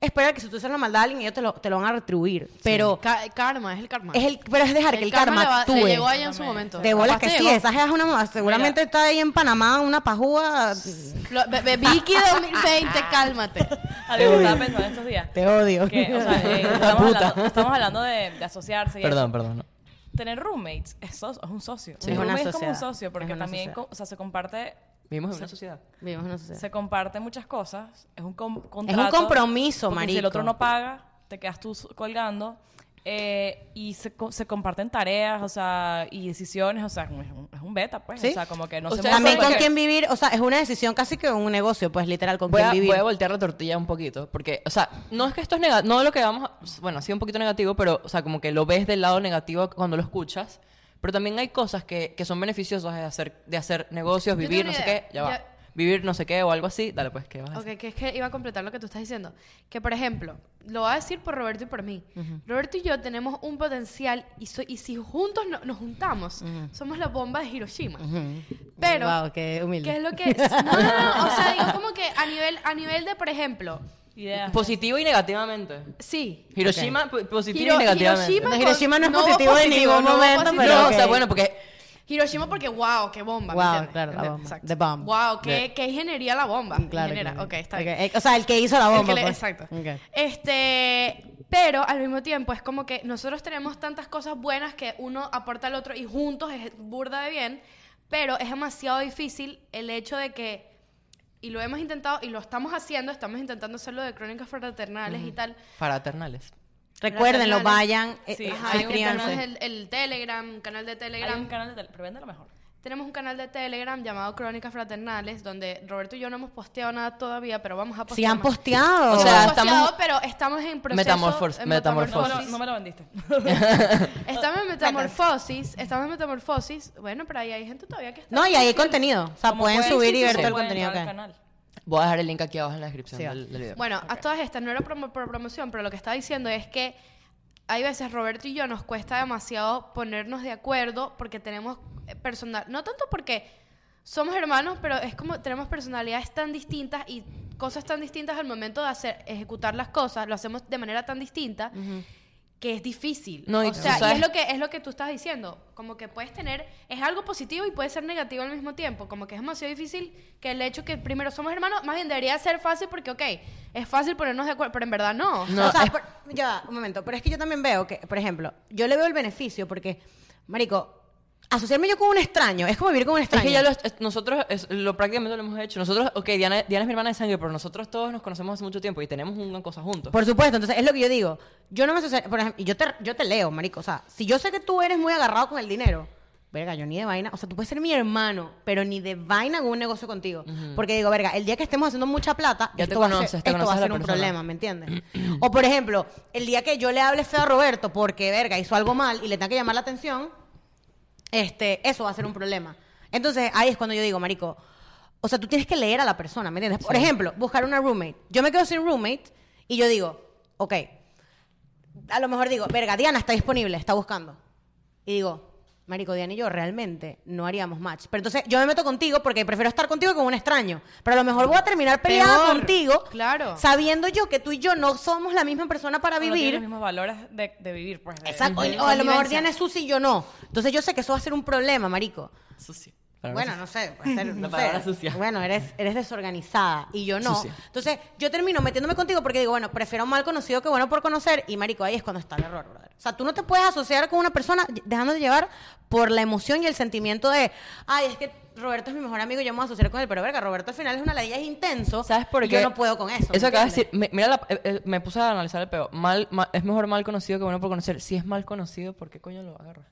Speaker 1: esperar que si tú haces la maldad a alguien, ellos te lo, te lo van a retribuir. Pero,
Speaker 3: Oh. Ca- karma, es el karma.
Speaker 1: es el, pero es dejar que el karma,
Speaker 3: le va-
Speaker 1: actúe.
Speaker 3: le llegó a ella en su momento.
Speaker 1: de bolas
Speaker 3: Capaz
Speaker 1: que
Speaker 3: te
Speaker 1: sí,
Speaker 3: llegó.
Speaker 1: esa es una mamá. Seguramente está ahí en Panamá, una pajúa.
Speaker 3: Lo- be- be- Vicky 2020, cálmate.
Speaker 4: Algo que estaba pensando estos días.
Speaker 1: Te odio.
Speaker 4: Que, o sea, eh, estamos, hablando, estamos hablando de, de asociarse. y
Speaker 2: Perdón, perdón. no.
Speaker 4: eso. Tener roommates es, so- es un socio.
Speaker 1: Sí.
Speaker 4: Un
Speaker 1: Es una
Speaker 4: roommate es como un
Speaker 1: sociedad.
Speaker 4: socio porque
Speaker 1: Es una
Speaker 4: también
Speaker 1: sociedad.
Speaker 4: co- o sea, se comparte
Speaker 2: Vivimos en una sociedad.
Speaker 1: Vivimos en una sociedad.
Speaker 4: se comparten muchas cosas. Es un com- contrato.
Speaker 1: compromiso,
Speaker 4: porque Si el
Speaker 1: marico.
Speaker 4: otro no paga, te quedas tú s- colgando. eh, y se, co- se comparten tareas, o sea, y decisiones, o sea, es un, es un beta, pues.
Speaker 1: Sí.
Speaker 4: O sea, como que no se
Speaker 2: Ustedes
Speaker 1: También
Speaker 2: saben
Speaker 1: con
Speaker 2: que-
Speaker 1: quién vivir, o sea, es una decisión casi que un negocio, pues literal, con
Speaker 2: Voy
Speaker 1: quién
Speaker 2: a,
Speaker 1: vivir.
Speaker 2: voy a voltear la tortilla un poquito, porque, o sea, no es que esto es negativo, no lo que vamos, a- bueno, ha sido un poquito negativo, pero, o sea, como que lo ves del lado negativo cuando lo escuchas, pero también hay cosas que, que son beneficiosas de hacer, de hacer negocios,
Speaker 3: Yo tengo
Speaker 2: vivir, no
Speaker 3: una
Speaker 2: sé
Speaker 3: idea.
Speaker 2: qué, ya va.
Speaker 3: Ya.
Speaker 2: Vivir no sé qué o algo así, dale pues, ¿qué vas a decir?
Speaker 3: Ok, que es que iba a completar lo que tú estás diciendo. Que, por ejemplo, lo voy a decir por Roberto y por mí. Roberto y yo tenemos un potencial y, so- y si juntos no- nos juntamos, somos la bomba de Hiroshima. Pero,
Speaker 1: Wow, qué humilde.
Speaker 3: ¿qué es lo que...? No, no, no, o sea, digo como que a nivel, a nivel de, por ejemplo,
Speaker 4: Ideas.
Speaker 2: Positivo y negativamente.
Speaker 3: sí.
Speaker 2: Hiroshima, po- positivo
Speaker 3: Hiro-
Speaker 2: y negativamente.
Speaker 1: No,
Speaker 3: con-
Speaker 1: Hiroshima no es
Speaker 3: hubo
Speaker 1: positivo en ningún
Speaker 3: no hubo
Speaker 1: momento,
Speaker 3: positivo.
Speaker 1: pero
Speaker 2: no,
Speaker 1: ok.
Speaker 2: o sea, bueno, porque
Speaker 3: Hiroshima porque wow, qué bomba. ¿me
Speaker 1: Wow,
Speaker 3: entiendes?
Speaker 1: claro, la
Speaker 3: ¿Entiendes?
Speaker 1: bomba.
Speaker 3: Exacto.
Speaker 1: The bomb.
Speaker 3: Wow, qué, qué ingeniería la bomba.
Speaker 1: Claro,
Speaker 3: Ingeniera.
Speaker 1: claro.
Speaker 3: Ok, está bien.
Speaker 1: Ok, eh, O sea, el que hizo la
Speaker 3: El
Speaker 1: bomba.
Speaker 3: que le-
Speaker 1: pues.
Speaker 3: Exacto.
Speaker 1: Ok.
Speaker 3: Este, Pero al mismo tiempo es como que nosotros tenemos tantas cosas buenas que uno aporta al otro y juntos es burda de bien, pero es demasiado difícil el hecho de que, y lo hemos intentado y lo estamos haciendo, estamos intentando hacerlo de crónicas fraternales y tal.
Speaker 2: Fraternales.
Speaker 1: Recuérdenlo,
Speaker 3: Fraternales.
Speaker 1: vayan, eh,
Speaker 4: Sí,
Speaker 3: Ajá, y
Speaker 1: suscríbanse.
Speaker 3: tenemos el, el Telegram, canal de
Speaker 4: Hay
Speaker 3: Telegram.
Speaker 4: un canal de tele, pero véndelo mejor.
Speaker 3: Tenemos un canal de Telegram llamado Crónicas Fraternales, donde Roberto y yo no hemos posteado nada todavía, pero vamos a postear.
Speaker 1: Sí, han
Speaker 3: más.
Speaker 1: posteado.
Speaker 2: O
Speaker 3: O
Speaker 2: sea,
Speaker 3: sea,
Speaker 2: estamos-
Speaker 3: pero estamos en proceso.
Speaker 2: Metamorfos-
Speaker 3: en
Speaker 4: No,
Speaker 1: Pues
Speaker 4: me
Speaker 2: metamorfosis.
Speaker 4: lo- no me lo vendiste.
Speaker 3: Estamos en metamorfosis, estamos en metamorfosis. Bueno, pero ahí hay gente todavía que está.
Speaker 1: No, y ahí hay contenido. O sea,
Speaker 4: Como
Speaker 1: pueden subir
Speaker 4: sí,
Speaker 1: y
Speaker 4: sí,
Speaker 1: ver
Speaker 4: sí,
Speaker 1: todo el
Speaker 4: pueden
Speaker 1: contenido que
Speaker 4: entrar
Speaker 1: hay.
Speaker 4: al canal.
Speaker 2: Voy a dejar el link aquí abajo en la descripción
Speaker 1: Sí, va.
Speaker 2: del, del video.
Speaker 3: Bueno, a todas estas no era promo- por promoción, pero lo que estaba diciendo es que hay veces Roberto y yo nos cuesta demasiado ponernos de acuerdo porque tenemos eh, personal, no tanto porque somos hermanos, pero es como tenemos personalidades tan distintas y cosas tan distintas al momento de hacer ejecutar las cosas, lo hacemos de manera tan distinta que es difícil.
Speaker 2: No, y
Speaker 3: o
Speaker 2: tú
Speaker 3: sea, y
Speaker 2: sabes-
Speaker 3: es lo que es lo que tú estás diciendo, como que puedes tener es algo positivo y puede ser negativo al mismo tiempo, como que es demasiado difícil que el hecho que primero somos hermanos, más bien debería ser fácil porque ok, es fácil ponernos de acuerdo, pero en verdad no.
Speaker 2: No,
Speaker 1: o sea,
Speaker 2: es-
Speaker 1: por- ya, va, un momento. Pero es que yo también veo que, por ejemplo, yo le veo el beneficio porque, marico, asociarme yo con un extraño es como vivir con un
Speaker 2: Es
Speaker 1: extraño.
Speaker 2: que ya lo, es- nosotros es- lo prácticamente lo hemos hecho. Nosotros, ok, Diana, Diana es mi hermana de sangre, pero nosotros todos nos conocemos hace mucho tiempo y tenemos una cosa juntos.
Speaker 1: Por supuesto, entonces es lo que yo digo. Yo no me asocio, por ejemplo, y yo te, yo te leo, marico. O sea, si yo sé que tú eres muy agarrado con el dinero, verga, yo ni de vaina. O sea, tú puedes ser mi hermano, pero ni de vaina hago un negocio contigo. Porque digo, verga, el día que estemos haciendo mucha plata,
Speaker 2: Ya te
Speaker 1: esto, va a ser-
Speaker 2: conoces, te
Speaker 1: esto va
Speaker 2: conoces
Speaker 1: a
Speaker 2: a la
Speaker 1: ser un
Speaker 2: persona.
Speaker 1: problema, ¿me entiendes? o por ejemplo, el día que yo le hable feo a Roberto porque, verga, hizo algo mal y le tenga que llamar la atención, este, eso va a ser un problema. Entonces, ahí es cuando yo digo, marico, o sea, tú tienes que leer a la persona, ¿me entiendes? Por ejemplo, buscar una roommate. Yo me quedo sin roommate y yo digo, ok, a lo mejor digo, verga, Diana está disponible, está buscando. Y digo, marico, Diana y yo realmente no haríamos match. Pero entonces yo me meto contigo porque prefiero estar contigo que con un extraño. Pero a lo mejor voy a terminar peleada
Speaker 3: Peor,
Speaker 1: contigo,
Speaker 3: claro.
Speaker 1: sabiendo yo que tú y yo no somos la misma persona para
Speaker 4: No tiene
Speaker 1: vivir.
Speaker 4: los mismos valores de, de vivir, pues. de-
Speaker 1: Exacto.
Speaker 4: de-
Speaker 1: O a lo mejor
Speaker 3: Convivencia.
Speaker 1: Diana es Susi y yo no. Entonces yo sé que eso va a ser un problema, marico.
Speaker 2: Eso sí.
Speaker 1: Bueno, no sé. puede ser, no
Speaker 2: La palabra
Speaker 1: sé.
Speaker 2: sucia.
Speaker 1: Bueno, eres, eres desorganizada y yo no.
Speaker 2: Sucia.
Speaker 1: Entonces, yo termino metiéndome contigo porque digo, bueno, prefiero un mal conocido que bueno por conocer. Y marico, ahí es cuando está el error, brother. O sea, tú no te puedes asociar con una persona dejándote llevar por la emoción y el sentimiento de, ay, es que Roberto es mi mejor amigo y yo me voy a asociar con él. Pero verga, Roberto al final es una ladilla, es intenso.
Speaker 2: ¿Sabes por
Speaker 1: y
Speaker 2: qué?
Speaker 1: Yo no puedo con eso. ¿me
Speaker 2: Eso acaba de
Speaker 1: entiendes?
Speaker 2: decir. me- Mira, la- eh, eh, me puse a analizar el peo. Mal, mal- es mejor mal conocido que bueno por conocer. Si es mal conocido, ¿por qué coño lo agarras?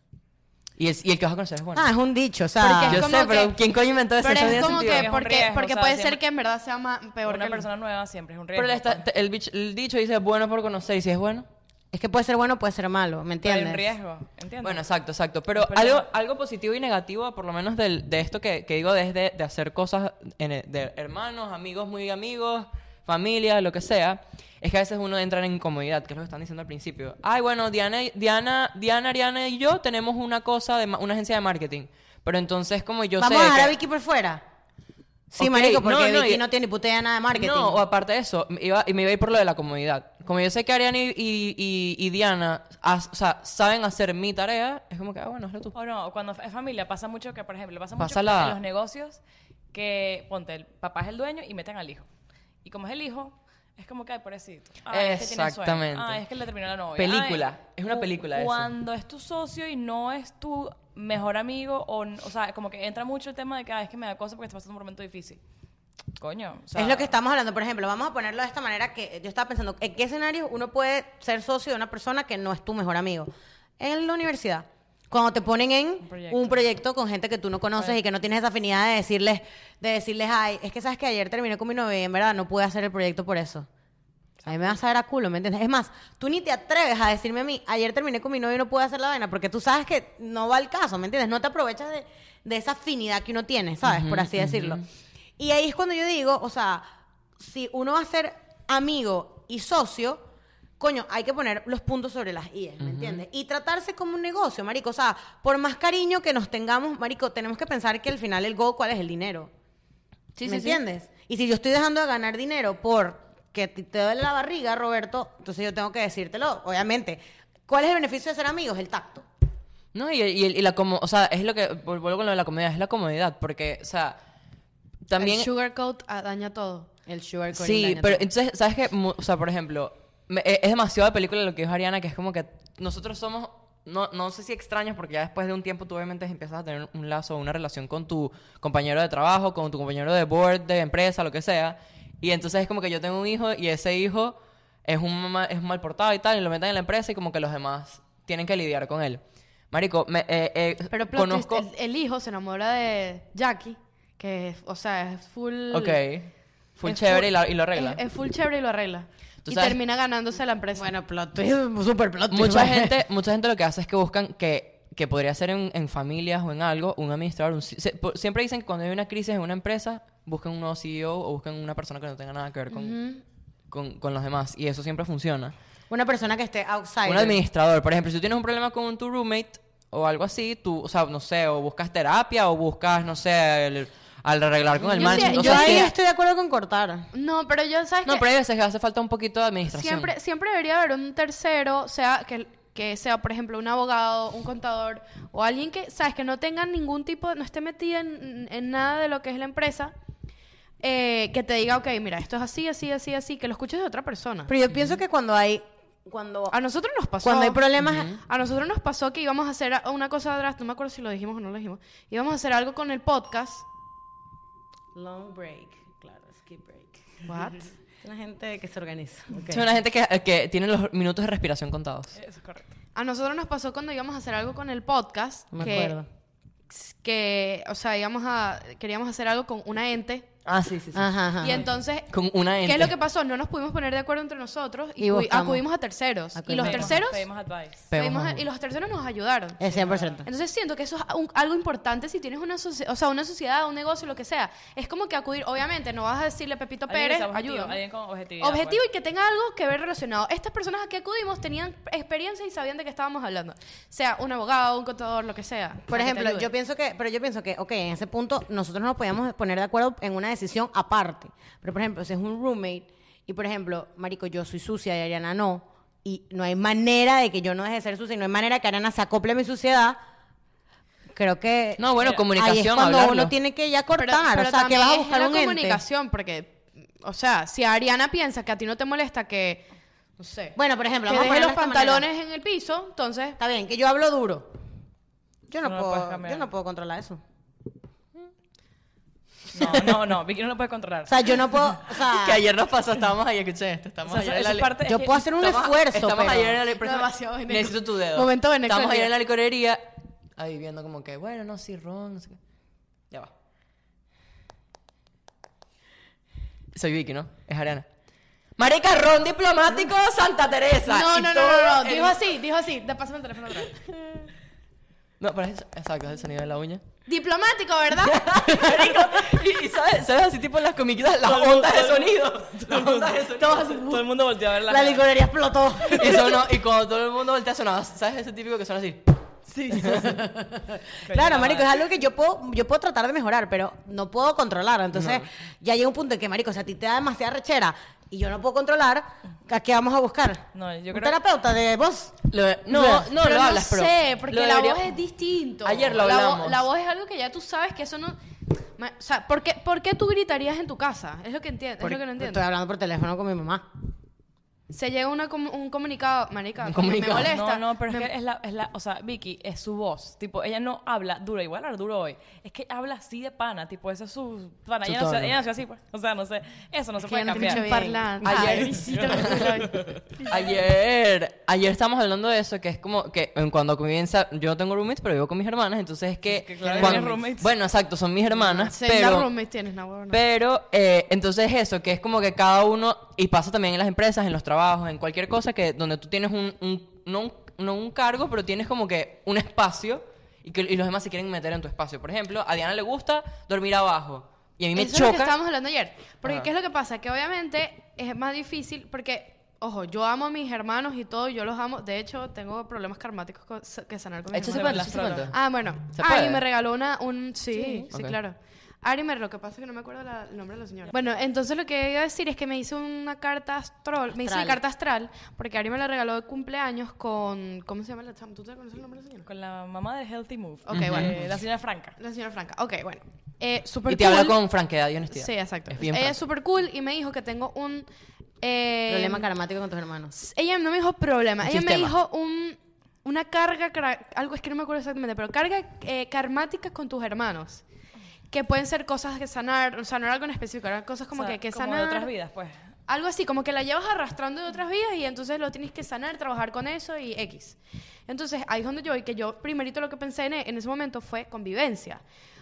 Speaker 2: Y el, y el que vas a conocer es bueno.
Speaker 1: Ah, es un dicho, o
Speaker 3: Porque
Speaker 1: sea.
Speaker 3: es
Speaker 2: Yo
Speaker 3: como
Speaker 2: sé, pero
Speaker 3: que-
Speaker 2: ¿quién coño inventó eso?
Speaker 3: Pero
Speaker 2: Eso
Speaker 3: es
Speaker 2: tiene
Speaker 3: como
Speaker 2: sentido.
Speaker 4: sentido. Es
Speaker 3: que
Speaker 4: un
Speaker 3: porque,
Speaker 4: riesgo,
Speaker 3: porque
Speaker 4: o sea,
Speaker 3: puede
Speaker 4: siempre-
Speaker 3: ser que en verdad sea más peor
Speaker 4: Una
Speaker 3: que lo-
Speaker 4: persona nueva siempre es un
Speaker 2: Pero
Speaker 4: riesgo. pues.
Speaker 2: el, esta- te- el bich- el dicho dice bueno por conocer. Y si es bueno.
Speaker 1: Es que puede ser bueno, puede ser malo, ¿me
Speaker 4: pues. Hay
Speaker 1: entiendes?
Speaker 4: un riesgo, ¿entiendes?
Speaker 2: Bueno, exacto, exacto. Pero
Speaker 4: Pero-
Speaker 2: algo, algo positivo y negativo, por lo menos del- de esto que, que digo, desde de hacer cosas en el- de hermanos, amigos, muy amigos, familia, lo que sea, es que a veces uno entra en incomodidad, que es lo que están diciendo al principio. Ay, bueno, Diana, y- Diana, Diana, Ariana y yo tenemos una cosa, de ma- una agencia de marketing. Pero entonces, como yo
Speaker 1: Vamos
Speaker 2: sé
Speaker 1: a dejar
Speaker 2: que-
Speaker 1: a Vicky por fuera. Sí,
Speaker 2: Ok,
Speaker 1: marico, porque
Speaker 2: no, no,
Speaker 1: Vicky
Speaker 2: y-
Speaker 1: no tiene ni puta idea nada de marketing.
Speaker 2: No, o aparte de eso, me iba, y me iba a ir por lo de la comodidad. Como yo sé que Ariana y, y- y- y Diana has- o sea, saben hacer mi tarea, es como que, ah, bueno, hazlo tú.
Speaker 4: O no, cuando es familia pasa mucho que, por ejemplo, pasa,
Speaker 2: Pasa
Speaker 4: mucho
Speaker 2: la-
Speaker 4: en los negocios que, ponte, el papá es el dueño y meten al hijo. Y como es el hijo, es como que, ay, pobrecito. Ay, es que tiene sueño.
Speaker 2: Exactamente.
Speaker 4: Ay, es que le terminó la novia.
Speaker 2: Película.
Speaker 4: Ay,
Speaker 2: Es una
Speaker 4: cu-
Speaker 2: película eso.
Speaker 4: Cuando es tu socio y no es tu mejor amigo, o, n- o sea, como que entra mucho el tema de que, ay, es que me da cosa porque está pasando un momento difícil. Coño, o sea,
Speaker 1: es lo que estamos hablando, por ejemplo, vamos a ponerlo de esta manera que yo estaba pensando, ¿en qué escenario uno puede ser socio de una persona que no es tu mejor amigo? En la universidad, cuando te ponen en un proyecto,
Speaker 4: proyecto.
Speaker 1: con gente que tú no conoces y que no tienes esa afinidad de decirles, de decirles, ay, es que sabes que ayer terminé con mi novia y en verdad no pude hacer el proyecto por eso. A mí me vas a ver a culo, ¿me entiendes? Es más, tú ni te atreves a decirme a mí, ayer terminé con mi novio y no pude hacer la vaina, porque tú sabes que no va el caso, ¿me entiendes? No te aprovechas de, de esa afinidad que uno tiene, ¿sabes? Por así decirlo. Y ahí es cuando yo digo, o sea, si uno va a ser amigo y socio, coño, hay que poner los puntos sobre las IES, ¿me entiendes? Y tratarse como un negocio, marico. O sea, por más cariño que nos tengamos, marico, tenemos que pensar que al final el go, ¿cuál es el dinero?
Speaker 6: Sí,
Speaker 1: ¿Me
Speaker 6: sí, sí.
Speaker 1: entiendes? Y si yo estoy dejando de ganar dinero por que a ti te duele la barriga, Roberto, entonces yo tengo que decírtelo, obviamente. ¿Cuál es el beneficio de ser amigos? El tacto.
Speaker 2: No, y, y- y la como, o sea, es lo que, vol- vuelvo con lo de la comodidad, es la comodidad, porque, o sea, también...
Speaker 3: El sugarcoat ah, daña todo.
Speaker 1: El sugar
Speaker 2: sí, pero entonces, ¿sabes qué? Mu- O sea, por ejemplo, me- e- es demasiado de película lo que dijo Ariana, que es como que nosotros somos, no, no sé si extraños, porque ya después de un tiempo tú obviamente empiezas a tener un lazo, una relación con tu compañero de trabajo, con tu compañero de board, de empresa, lo que sea. Y entonces es como que yo tengo un hijo y ese hijo es un, ma- es un mal portado y tal, y lo meten en la empresa y como que los demás tienen que lidiar con él. Marico, me, eh, eh,
Speaker 3: Pero plot twist,
Speaker 2: conozco...
Speaker 3: el, el hijo se enamora de Jackie, que es, o sea, es full...
Speaker 2: Ok. Fue
Speaker 3: es
Speaker 2: chévere
Speaker 3: full-
Speaker 2: y, la- y lo arregla.
Speaker 3: Es, es full chévere y lo arregla.
Speaker 2: Tú
Speaker 3: Y
Speaker 2: sabes-
Speaker 3: termina ganándose la empresa.
Speaker 1: Bueno, plot twist, super plot twist.
Speaker 2: mucha gente mucha gente lo que hace es que buscan que, que podría ser en, en familias o en algo un administrador un C- se- por- siempre dicen que cuando hay una crisis en una empresa busquen un nuevo CEO o busquen una persona que no tenga nada que ver con, con, con los demás y eso siempre funciona
Speaker 1: Una persona que esté outside.
Speaker 2: un administrador por ejemplo si tú tienes un problema con tu roommate o algo así tú o sea no sé o buscas terapia o buscas no sé el- al arreglar con el
Speaker 3: Yo
Speaker 2: management
Speaker 3: sí-
Speaker 2: o
Speaker 1: yo
Speaker 2: sea,
Speaker 1: ahí
Speaker 2: sí-
Speaker 1: estoy de acuerdo con cortar.
Speaker 3: No, pero yo, ¿sabes
Speaker 2: no
Speaker 3: qué?
Speaker 2: pero hay veces que hace falta un poquito de administración
Speaker 3: siempre, siempre debería haber un tercero, sea que, que sea, por ejemplo, un abogado, un contador o alguien que, sabes, que no tenga ningún tipo, no esté metido en, en nada de lo que es la empresa, eh, que te diga, ok, mira, esto es así, así, así, así, que lo escuches de otra persona.
Speaker 1: Pero yo pienso que cuando hay. Cuando,
Speaker 3: A nosotros nos pasó.
Speaker 1: cuando hay problemas.
Speaker 3: A nosotros nos pasó que íbamos a hacer a- una cosa atrás, no me acuerdo si lo dijimos o no lo dijimos, íbamos a hacer algo con el podcast.
Speaker 1: Long break. Claro, skip break.
Speaker 3: What?
Speaker 1: Es una gente que se organiza.
Speaker 2: es una gente que, que tiene los minutos de respiración contados
Speaker 4: Eso es correcto.
Speaker 3: A nosotros nos pasó cuando íbamos a hacer algo con el podcast,
Speaker 1: Me
Speaker 3: que,
Speaker 1: acuerdo.
Speaker 3: que, o sea, íbamos a, queríamos hacer algo con una ente.
Speaker 2: ah sí sí sí
Speaker 1: Ajá, ajá.
Speaker 3: Y entonces,
Speaker 2: con una ente
Speaker 3: ¿qué es lo que pasó? No nos pudimos poner de acuerdo entre nosotros
Speaker 1: Y
Speaker 3: y, cu-
Speaker 1: buscamos.
Speaker 3: acudimos a terceros. Y los
Speaker 1: Acudimos.
Speaker 3: terceros,
Speaker 4: Pedimos advice.
Speaker 2: Pedimos
Speaker 3: pedimos a-
Speaker 2: ayuda.
Speaker 3: y los terceros nos ayudaron.
Speaker 1: Es 100%.
Speaker 3: Entonces siento que eso es un- algo importante si tienes una, socie- o sea, una sociedad, un negocio, lo que sea. Es como que acudir, obviamente, no vas a decirle a Pepito
Speaker 4: Alguien que
Speaker 3: Pérez,
Speaker 4: sea objetivo,
Speaker 3: ayuda.
Speaker 4: Alguien con objetividad.
Speaker 3: Objetivo
Speaker 4: pues.
Speaker 3: y que tenga algo que ver relacionado. Estas personas a que acudimos tenían experiencia y sabían de qué estábamos hablando. Sea un abogado, un contador, lo que sea.
Speaker 1: Por
Speaker 3: Para que te
Speaker 1: ejemplo,
Speaker 3: ayude.
Speaker 1: yo pienso que, pero yo pienso que, ok, en ese punto nosotros nos podíamos poner de acuerdo en una decisión aparte. Pero, por ejemplo, si es un roommate y, por ejemplo, Marico, yo soy sucia y Ariana no, y no hay manera de que yo no deje de ser sucia y no hay manera que Ariana se acople a mi suciedad, creo que.
Speaker 2: No, bueno,
Speaker 1: ahí es
Speaker 2: comunicación,
Speaker 1: cuando
Speaker 2: hablarlo.
Speaker 1: uno tiene que ya cortar. o sea, que
Speaker 3: también
Speaker 1: vas a
Speaker 3: es
Speaker 1: buscar
Speaker 3: la
Speaker 1: un ente.
Speaker 3: comunicación, porque, o sea, si Ariana piensa que a ti no te molesta que, no sé,
Speaker 1: Bueno, por ejemplo,
Speaker 3: que
Speaker 1: vamos a ponerlo
Speaker 3: deje los
Speaker 1: de esta manera.
Speaker 3: pantalones en el piso, entonces,
Speaker 1: Está bien, que yo hablo duro. Yo no,
Speaker 4: No lo puedes
Speaker 1: puedo,
Speaker 4: cambiar.
Speaker 1: yo no puedo controlar eso.
Speaker 4: No, no, no. Vicky no lo puede controlar.
Speaker 1: O sea, yo no puedo, o sea,
Speaker 2: Que ayer nos pasó, estábamos ayer, escuché esto,
Speaker 4: O
Speaker 2: estábamos
Speaker 4: sea,
Speaker 2: ayer en
Speaker 4: esa
Speaker 2: la
Speaker 4: es parte-
Speaker 1: yo
Speaker 4: es que
Speaker 1: puedo hacer un
Speaker 2: estamos-
Speaker 1: esfuerzo,
Speaker 2: Estamos
Speaker 1: pero...
Speaker 2: ayer en la licorería.
Speaker 3: Demasiado veneco.
Speaker 2: Necesito tu dedo.
Speaker 3: Momento veneco
Speaker 2: Estamos
Speaker 3: del
Speaker 2: ayer
Speaker 3: día.
Speaker 2: en la licorería, ahí viendo como que, bueno, no, sí, ron, no sé qué. Ya va. Soy Vicky, ¿no? Es Ariana. Marica, ron diplomático Santa Teresa.
Speaker 3: no,
Speaker 2: Y
Speaker 3: no, no,
Speaker 2: todo
Speaker 3: no, no,
Speaker 2: el-
Speaker 3: dijo así, dijo así, da- pásame el teléfono otra vez.
Speaker 2: No, pero es, exacto, es el sonido de la uña.
Speaker 3: Diplomático, ¿verdad?
Speaker 2: y, y ¿sabes? ¿sabes? Así tipo en las comiquitas, las ondas de sonido. Las ondas de sonido.
Speaker 4: Todo el mundo volteó a ver la.
Speaker 1: La licorería explotó.
Speaker 2: Y, sonó, y cuando todo el mundo voltea sonaba, ¿sabes? Ese típico que suena así.
Speaker 1: Claro, marico, es algo que yo puedo, yo puedo tratar de mejorar, pero no puedo controlar. Entonces, ya llega un punto en que, marico, o sea, a ti te da demasiada rechera y yo no puedo controlar, ¿a qué vamos a buscar?
Speaker 4: No, yo
Speaker 1: ¿Un
Speaker 4: creo-
Speaker 1: terapeuta de voz?
Speaker 2: Lo- no, no
Speaker 3: Pero
Speaker 2: lo hablas,
Speaker 3: no
Speaker 2: pero.
Speaker 3: sé, porque
Speaker 2: lo
Speaker 3: la
Speaker 2: debería-
Speaker 3: voz es distinto.
Speaker 2: Ayer lo
Speaker 3: La vo-
Speaker 2: hablamos.
Speaker 3: La, voz es algo que ya tú sabes que eso no... ma- O sea, ¿por qué, por qué tú gritarías en tu casa? Es lo que entiendo, es lo que no entiendo.
Speaker 1: Estoy hablando por teléfono con mi mamá.
Speaker 3: Se llega una com- un comunicado, marica, coño,
Speaker 2: comunicado.
Speaker 3: me molesta.
Speaker 4: No, no, pero es
Speaker 3: Me-
Speaker 4: que es la, es la, o sea, Vicky es su voz, tipo, ella no habla duro, igual hablar duro hoy, es que habla así de pana, tipo, esa es su pana,
Speaker 2: Su
Speaker 4: ella, nació,
Speaker 2: tono.
Speaker 4: ella nació así, pues, o sea, no sé, eso no se puede
Speaker 3: yo no te
Speaker 4: cambiar.
Speaker 3: escucho Ah, parlante.
Speaker 2: Ayer-
Speaker 3: Ay, sí, te lo escucho.
Speaker 2: Ayer, ayer estábamos hablando de eso, que es como que en cuando comienza, yo no tengo roommates, pero vivo con mis hermanas, entonces es que,
Speaker 4: Es que claro,
Speaker 2: cuando-
Speaker 4: tienes roommates.
Speaker 2: bueno, exacto, son mis hermanas,
Speaker 3: Seis
Speaker 2: pero,
Speaker 3: roommates tienes, no, huevona.
Speaker 2: pero eh, entonces eso, que es como que cada uno y pasa también en las empresas, en los trabajos, en cualquier cosa que donde tú tienes un, un- no, un no un cargo, pero tienes como que un espacio y que y los demás se quieren meter en tu espacio. Por ejemplo, a Diana le gusta dormir abajo y a mí me
Speaker 3: Eso es lo que
Speaker 2: choca.
Speaker 3: estábamos hablando ayer. Porque,
Speaker 2: Ajá.
Speaker 3: ¿qué es lo que pasa? Que obviamente es más difícil porque, ojo, yo amo a mis hermanos y todo, yo los amo. De hecho, tengo problemas karmáticos co- sa- que sanar con mis
Speaker 2: Échase
Speaker 3: hermanos.
Speaker 2: cuenta, échase cuenta.
Speaker 3: Ah, bueno.
Speaker 2: ¿Se
Speaker 3: Ari
Speaker 2: puede?
Speaker 3: me regaló una, un... Sí, sí,
Speaker 2: Ok.
Speaker 3: claro. Ari me... Lo que pasa es que no me acuerdo la- el nombre de la señora. Bueno, entonces lo que iba a decir es que me hizo una carta astral. Me hizo una
Speaker 1: Astral.
Speaker 3: carta astral porque Ari me la regaló de cumpleaños con... ¿Cómo se llama la chama? ¿Tú te conoces el nombre de la señora?
Speaker 4: Con la mamá de Healthy Move,
Speaker 3: Ok, bueno.
Speaker 4: eh, la señora Franca.
Speaker 3: La señora Franca. Ok, bueno. Eh, super
Speaker 2: Y te habla
Speaker 3: cool.
Speaker 2: con franquedad y honestidad.
Speaker 3: Sí, exacto.
Speaker 2: Es bien
Speaker 3: Ella
Speaker 2: franca.
Speaker 3: es súper cool y me dijo que tengo un eh,
Speaker 1: Problema caramático con tus hermanos.
Speaker 3: ella no me dijo problema,
Speaker 2: Un
Speaker 3: ella me
Speaker 2: sistema.
Speaker 3: dijo un, una carga, cra- algo es que no me acuerdo exactamente, pero carga eh, karmática con tus hermanos. Que pueden ser cosas que sanar, o sea, no era algo en específico, eran cosas como
Speaker 4: O sea,
Speaker 3: que, que
Speaker 4: como
Speaker 3: sanar.
Speaker 4: de otras vidas, pues.
Speaker 3: Algo así, como que la llevas arrastrando de otras vidas y entonces lo tienes que sanar, trabajar con eso y X. Entonces, ahí es donde yo voy, que yo primerito lo que pensé en, en ese momento fue convivencia.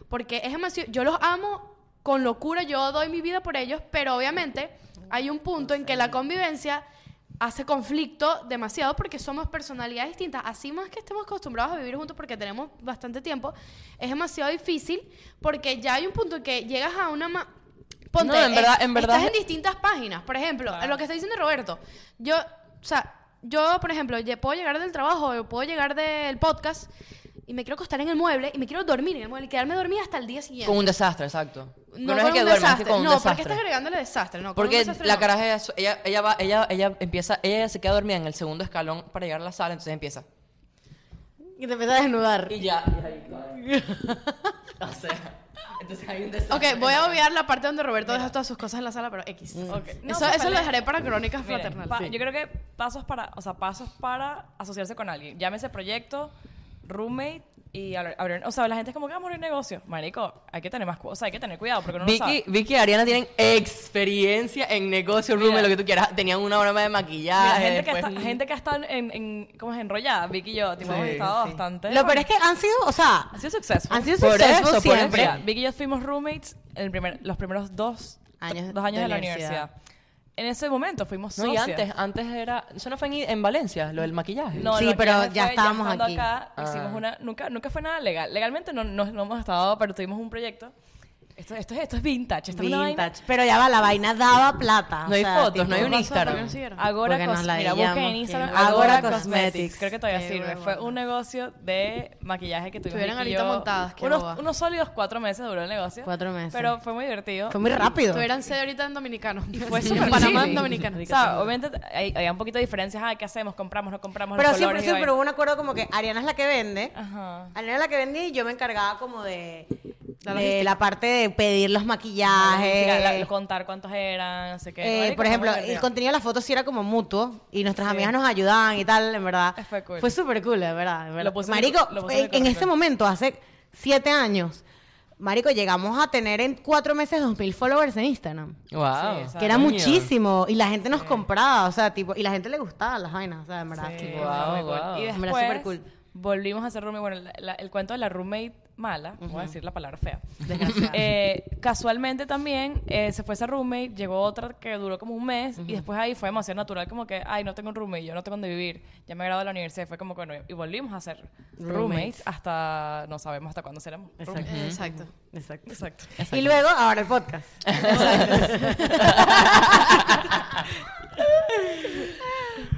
Speaker 3: Porque es demasiado, yo los amo con locura, yo doy mi vida por ellos, pero obviamente hay un punto en que la convivencia hace conflicto demasiado porque somos personalidades distintas. Así más que estemos acostumbrados a vivir juntos porque tenemos bastante tiempo, es demasiado difícil porque ya hay un punto en que llegas a una... ma- Ponte,
Speaker 2: No, en
Speaker 3: eh,
Speaker 2: verdad- en verdad-
Speaker 3: estás en distintas páginas. Por ejemplo, lo que está diciendo Roberto. Yo, o sea, yo, por ejemplo, ye- puedo llegar del trabajo, yo puedo llegar del podcast y me quiero acostar en el mueble y me quiero dormir en el mueble y quedarme dormida hasta el día siguiente.
Speaker 2: Con un desastre, exacto.
Speaker 3: no,
Speaker 2: es
Speaker 3: con
Speaker 2: que duermas, es que
Speaker 3: un desastre.
Speaker 2: con un
Speaker 3: no, porque
Speaker 2: desastre.
Speaker 3: estás agregándole desastre, no. con un
Speaker 2: Porque
Speaker 3: desastre
Speaker 2: la
Speaker 3: no.
Speaker 2: caraja es- ella, ella va, ella, ella empieza, ella se queda dormida en el segundo escalón para llegar a la sala, entonces empieza.
Speaker 1: Y te empiezas a desnudar.
Speaker 2: Y ya. y ahí va. o sea, entonces hay un desastre. Mm.
Speaker 3: Ok, voy a obviar la parte donde Roberto deja todas sus cosas en la sala, pero X.
Speaker 4: No,
Speaker 3: eso
Speaker 4: pues,
Speaker 3: eso lo
Speaker 4: vale.
Speaker 3: dejaré para crónicas
Speaker 4: Miren,
Speaker 3: fraternales.
Speaker 4: pa-
Speaker 3: Sí.
Speaker 4: Yo creo que pasos para, o sea, pasos para asociarse con alguien. Llámese proyecto, roommate y abrir, abrir- o sea, la gente es como que vamos a abrir un negocio. Marico, hay que tener más, cu- o sea, hay que tener cuidado porque uno no
Speaker 2: Vicky,
Speaker 4: sabe.
Speaker 2: Vicky y Ariana tienen experiencia en negocio, room,
Speaker 4: Mira.
Speaker 2: lo que tú quieras. Tenían una broma de
Speaker 4: Mira,
Speaker 2: maquillaje.
Speaker 4: gente, que
Speaker 1: pues,
Speaker 2: después-
Speaker 4: está, gente que ha estado en, en- ¿cómo es? Enrollada. Vicky y yo, tipo, hemos estado bastante...
Speaker 1: Lo peor es que han sido, o sea,
Speaker 4: Ha sido successful.
Speaker 1: han sido
Speaker 2: Por eso,
Speaker 1: successful
Speaker 2: por
Speaker 1: siempre.
Speaker 2: eso.
Speaker 4: Mira, Vicky y yo fuimos roommates en el primer, los primeros dos
Speaker 1: Años
Speaker 4: dos años
Speaker 1: de
Speaker 4: de, la
Speaker 1: universidad.
Speaker 4: universidad. En ese momento fuimos
Speaker 2: No, y
Speaker 4: socias.
Speaker 2: antes, antes era. Eso no fue en, en Valencia, lo del maquillaje.
Speaker 4: No,
Speaker 1: Sí,
Speaker 4: lo que
Speaker 1: pero
Speaker 4: hace
Speaker 1: ya
Speaker 4: fue,
Speaker 1: estábamos
Speaker 4: estando
Speaker 1: aquí.
Speaker 4: acá,
Speaker 2: Ah.
Speaker 4: hicimos una, nunca, nunca fue nada legal. Legalmente no, no, no hemos estado, pero tuvimos un proyecto. Esto, esto, es- esto es vintage. Esto
Speaker 1: Vintage. Pero ya va, la vaina daba plata.
Speaker 2: No
Speaker 1: o
Speaker 2: hay
Speaker 1: sea,
Speaker 2: fotos, no hay
Speaker 1: tipo,
Speaker 2: un
Speaker 3: Razón,
Speaker 2: Instagram.
Speaker 3: ¿por qué no
Speaker 4: Es
Speaker 3: siguieron?
Speaker 4: Agora
Speaker 1: Porque nos
Speaker 4: Cos-
Speaker 1: la
Speaker 4: Mira, busquen
Speaker 1: pillamos,
Speaker 4: en Instagram.
Speaker 1: tiene-
Speaker 4: Agora,
Speaker 1: Agora
Speaker 4: Cosmetics.
Speaker 1: Cosmetics.
Speaker 4: Creo que todavía
Speaker 3: Qué
Speaker 4: sirve.
Speaker 3: huevona.
Speaker 4: Fue un negocio de maquillaje que tuvimos.
Speaker 3: Estuvieran
Speaker 4: Vicky y
Speaker 3: ahorita
Speaker 4: yo.
Speaker 3: montadas, qué boba.
Speaker 4: unos, unos sólidos cuatro meses duró el negocio.
Speaker 1: Cuatro meses.
Speaker 4: Pero fue muy divertido.
Speaker 1: Fue muy rápido.
Speaker 2: Ah,
Speaker 3: Tuvieran sede ahorita en dominicano. Y
Speaker 4: Fue
Speaker 3: en
Speaker 4: súper
Speaker 3: Panamá
Speaker 4: chill.
Speaker 3: en dominicano.
Speaker 4: O sea, obviamente hay, había un poquito de diferencias. Ah, ¿qué hacemos? ¿Compramos? ¿No compramos?
Speaker 1: Pero
Speaker 4: los
Speaker 1: siempre,
Speaker 4: colores y
Speaker 1: siempre
Speaker 4: vaina.
Speaker 1: hubo un acuerdo como que Ariana es la que vende.
Speaker 4: Ajá.
Speaker 1: Ariana es la que vendía y yo me encargaba como de de
Speaker 3: La
Speaker 1: la,
Speaker 3: logística.
Speaker 1: parte de pedir los maquillajes.
Speaker 4: Mira, la- contar cuántos eran, no sé qué.
Speaker 1: Eh,
Speaker 4: Marico,
Speaker 1: por
Speaker 4: fue
Speaker 1: ejemplo,
Speaker 4: muy
Speaker 1: el
Speaker 4: divertido.
Speaker 1: contenido de las fotos sí era como mutuo y nuestras amigas nos ayudaban y tal, en verdad.
Speaker 4: Fue cool.
Speaker 1: súper cool, en verdad. en verdad.
Speaker 4: Lo puse en mi-
Speaker 1: Marico,
Speaker 4: lo puse en mi
Speaker 1: en, en ese
Speaker 4: currículum.
Speaker 1: momento, hace siete años, Marico, llegamos a tener en cuatro meses dos mil followers en Instagram.
Speaker 4: Sí,
Speaker 2: Wow.
Speaker 4: exacto.
Speaker 1: Que era
Speaker 2: Coño.
Speaker 1: muchísimo. Y la gente nos compraba, o sea, tipo, y la gente le gustaba las vainas, o sea, en verdad.
Speaker 4: Sí,
Speaker 1: tipo,
Speaker 2: guau,
Speaker 4: muy cool.
Speaker 2: guau.
Speaker 4: Y
Speaker 1: En verdad,
Speaker 4: después
Speaker 1: súper cool.
Speaker 4: volvimos a hacer roommate. Bueno, la- la- el cuento de la roommate mala, voy a decir la palabra fea.
Speaker 1: Desgraciada.
Speaker 4: Eh, casualmente también eh, se fue esa roommate, llegó otra que duró como un mes y después ahí fue demasiado natural como que, ay, no tengo un roommate, yo no tengo donde vivir, ya me gradué de la universidad, fue como que, bueno, y volvimos a ser roommates,
Speaker 1: Roommates.
Speaker 4: hasta, no sabemos hasta cuándo seremos.
Speaker 1: Exacto.
Speaker 4: roommates.
Speaker 3: Exacto.
Speaker 1: Exacto.
Speaker 4: Exacto.
Speaker 1: Y luego, ahora el podcast.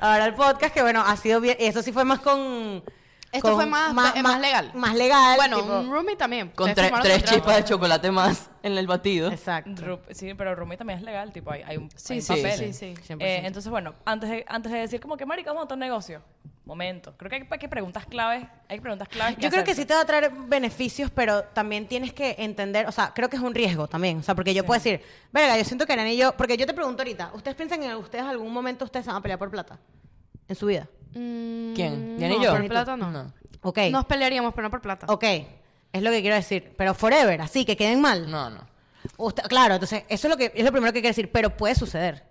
Speaker 1: ahora el podcast, que bueno, ha sido bien. Eso sí fue más con.
Speaker 3: Esto fue más- eh, más legal.
Speaker 1: Más legal.
Speaker 3: Bueno,
Speaker 1: tipo-
Speaker 3: un roomie también.
Speaker 2: Con
Speaker 3: Ustedes
Speaker 2: tres-
Speaker 3: firmaron
Speaker 2: tres
Speaker 3: contrato.
Speaker 2: chispas de chocolate más en el batido.
Speaker 1: Exacto.
Speaker 4: Ru- sí, pero roommate también es legal, tipo, hay, hay un, hay
Speaker 3: Sí,
Speaker 4: un
Speaker 3: sí,
Speaker 4: papel.
Speaker 3: sí, sí.
Speaker 1: 100%.
Speaker 4: Eh, entonces, bueno, antes de, antes de decir como que, marica, vamos a montar un negocio. Momento. Creo que hay, hay que preguntas claves. Hay preguntas claves
Speaker 1: Yo creo que sí
Speaker 4: hacerse.
Speaker 1: te va a traer beneficios, pero también tienes que entender, o sea, creo que es un riesgo también, o sea, porque yo puedo decir, verga, yo siento que Ariana y yo, porque yo te pregunto ahorita, ¿ustedes piensan que en ustedes algún momento ustedes se van a pelear por plata en su vida?
Speaker 3: Mm,
Speaker 2: ¿Quién? ¿Diana y
Speaker 3: no,
Speaker 2: yo?
Speaker 3: Por plata no.
Speaker 1: Ok,
Speaker 3: Nos pelearíamos, pero no por plata.
Speaker 1: ok, es lo que quiero decir, pero forever, así, que queden mal.
Speaker 2: No, no.
Speaker 1: Usted- claro, entonces, eso es lo, que, es lo primero que quiero decir, pero puede suceder.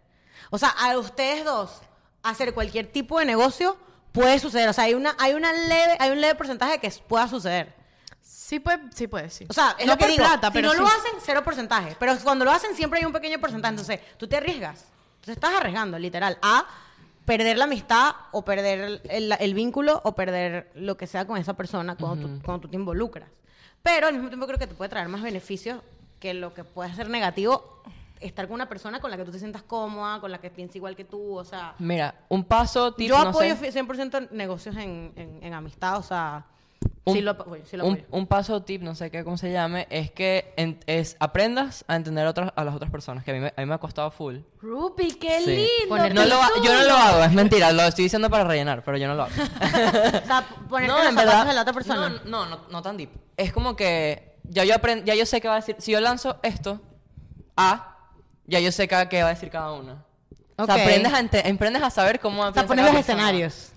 Speaker 1: O sea, a ustedes dos, hacer cualquier tipo de negocio puede suceder, o sea, hay, una, hay, una leve, hay un leve porcentaje de que pueda suceder.
Speaker 3: Sí puede, sí puede, sí.
Speaker 1: O sea, es
Speaker 3: no
Speaker 1: lo que
Speaker 3: por
Speaker 1: digo.
Speaker 3: plata,
Speaker 1: si
Speaker 3: pero
Speaker 1: no
Speaker 3: sí.
Speaker 1: lo hacen, cero porcentaje. Pero cuando lo hacen, siempre hay un pequeño porcentaje. Entonces, tú te arriesgas. Tú te estás arriesgando, literal, a perder la amistad o perder el, el vínculo o perder lo que sea con esa persona cuando, tú, cuando tú te involucras. Pero al mismo tiempo creo que te puede traer más beneficios que lo que puede ser negativo estar con una persona con la que tú te sientas cómoda, con la que piensa igual que tú, o sea...
Speaker 2: Mira, un paso, tip,
Speaker 1: Yo
Speaker 2: no sé.
Speaker 1: apoyo 100% negocios en, en- en amistad, o sea... sí lo apoyo, sí lo
Speaker 2: un,
Speaker 1: apoyo.
Speaker 2: un paso tip, no sé qué, cómo se llame, es que en- es, aprendas a entender otras, a las otras personas, que a mí me, a mí me ha costado full.
Speaker 3: Rupi, qué
Speaker 2: Sí.
Speaker 3: lindo.
Speaker 1: Ponerte
Speaker 2: No
Speaker 3: qué
Speaker 2: lo ha- yo no
Speaker 3: chulo.
Speaker 2: lo hago, es mentira, lo estoy diciendo para rellenar, pero yo no lo hago.
Speaker 1: O sea, ponerte
Speaker 2: en
Speaker 1: en los zapatos
Speaker 2: verdad-
Speaker 1: de la otra persona.
Speaker 2: No, no, no, no tan deep. Es como que ya yo, aprend- ya yo sé qué va a decir, si yo lanzo esto, A, ya yo sé ca- qué va a decir cada uno. O sea,
Speaker 1: Ok.
Speaker 2: aprendes a, ente- emprendes a saber cómo
Speaker 1: O sea,
Speaker 2: piensa
Speaker 1: pones
Speaker 2: cada
Speaker 1: los
Speaker 2: persona.
Speaker 1: escenarios.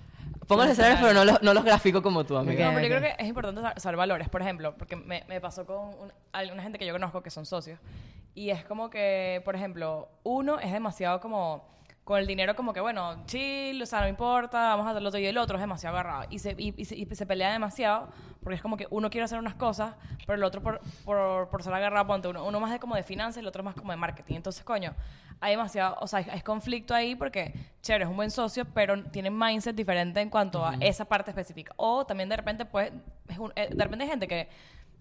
Speaker 2: Pongo los escenarios, pero no los, no los grafico como tú, amiga.
Speaker 1: Ok,
Speaker 4: No, pero yo
Speaker 1: ok.
Speaker 4: creo que es importante sa- saber valores, por ejemplo, porque me, me pasó con un- alguna gente que yo conozco que son socios. Y es como que, por ejemplo, uno es demasiado como con el dinero como que, bueno, chill, o sea, no importa, vamos a hacerlo todo y el otro es demasiado agarrado. Y se, y, y se, y se pelea demasiado porque es como que uno quiere hacer unas cosas, pero el otro por, por, por ser agarrado, ponte uno, uno más de como de finanzas, el otro más como de marketing. Entonces, coño, hay demasiado, o sea, es, es conflicto ahí porque, chévere, es un buen socio, pero tiene mindset diferente en cuanto a esa parte específica. O también de repente, pues, es un- eh, de repente hay gente que,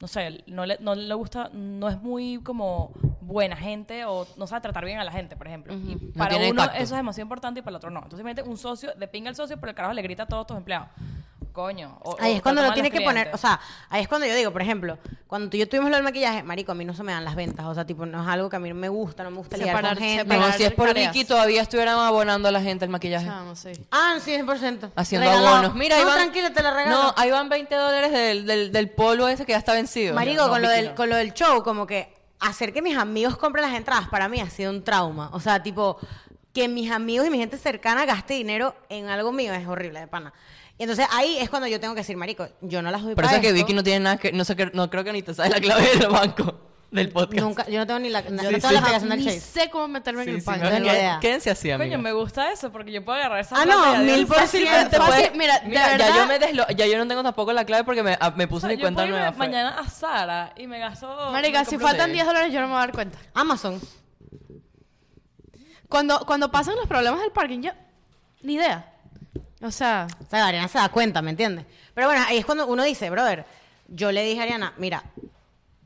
Speaker 4: no sé, no le, no le gusta, no es muy como buena gente o no sabe tratar bien a la gente, por ejemplo. Y para
Speaker 2: tiene
Speaker 4: uno
Speaker 2: tacto.
Speaker 4: eso es demasiado importante y para el otro no. Entonces, imagínate un socio, de pinga el socio, pero el carajo le grita a todos tus empleados. Coño. o-
Speaker 1: Ahí
Speaker 4: o
Speaker 1: es cuando lo
Speaker 4: trata mal a los
Speaker 1: tienes que poner, o
Speaker 4: clientes.
Speaker 1: sea, ahí es cuando yo digo, por ejemplo, cuando tú y yo tuvimos lo del maquillaje, marico, a mí no se me dan las ventas, o sea, tipo, no es algo que a mí me gusta, no me gusta lidiar
Speaker 3: Separar-
Speaker 1: con gente.
Speaker 3: separar.
Speaker 2: No, si es por
Speaker 3: tareas.
Speaker 2: Vicky, todavía estuvieran abonando a la gente el maquillaje.
Speaker 3: Chamo, sí.
Speaker 1: Ah, 100%.
Speaker 2: Haciendo
Speaker 1: Regalado.
Speaker 2: abonos. Mira,
Speaker 1: no,
Speaker 2: Iván.
Speaker 1: tranquila, te la regalo.
Speaker 2: No, ahí van 20 dólares del, del, del polvo ese que ya está vencido.
Speaker 1: Marico,
Speaker 4: No,
Speaker 1: con, lo
Speaker 4: Vicky,
Speaker 1: del,
Speaker 4: no.
Speaker 1: con lo del show, como que hacer que mis amigos compren las entradas para mí ha sido un trauma. O sea, tipo, que mis amigos y mi gente cercana gaste dinero en algo mío es horrible, de pana. Y entonces ahí es cuando yo tengo que decir, marico, yo no las doy
Speaker 2: Por
Speaker 1: para
Speaker 2: eso es que
Speaker 1: esto.
Speaker 2: Vicky no tiene nada que. No, sé, qué- no creo que ni te sabe la clave del banco del podcast.
Speaker 1: Nunca, yo no tengo ni la, no
Speaker 2: Sí,
Speaker 1: tengo
Speaker 2: sí.
Speaker 1: la aplicación del
Speaker 3: Ni
Speaker 1: Chase.
Speaker 3: sé cómo meterme en
Speaker 2: Sí,
Speaker 3: el
Speaker 2: sí,
Speaker 3: pan.
Speaker 2: no,
Speaker 1: tengo
Speaker 2: qué-
Speaker 1: idea.
Speaker 2: Quédense así, amiga.
Speaker 4: Coño, me gusta eso porque yo puedo agarrar esa
Speaker 1: Ah, no,
Speaker 4: plata de
Speaker 1: mil por
Speaker 4: adiós.
Speaker 1: ciento.
Speaker 2: Pero te
Speaker 3: Fácil,
Speaker 2: puedes-
Speaker 3: mira, de
Speaker 2: Pues, ya
Speaker 3: verdad-
Speaker 2: yo me deslo- ya yo no tengo tampoco la clave porque me, a- me puse
Speaker 4: O sea,
Speaker 2: mi
Speaker 4: yo
Speaker 2: cuenta
Speaker 4: puedo irme
Speaker 2: nueva. fue.
Speaker 4: mañana a Sara y me gasto.
Speaker 3: Marica,
Speaker 4: me
Speaker 3: si
Speaker 4: compro-
Speaker 3: faltan 10 dólares yo no me voy a dar cuenta.
Speaker 1: Amazon.
Speaker 3: Cuando, cuando pasan los problemas del parking, yo... Ni idea. O sea...
Speaker 1: O sea, Ariana se da cuenta, ¿me entiendes? Pero bueno, ahí es cuando uno dice, brother, yo le dije a Ariana, mira,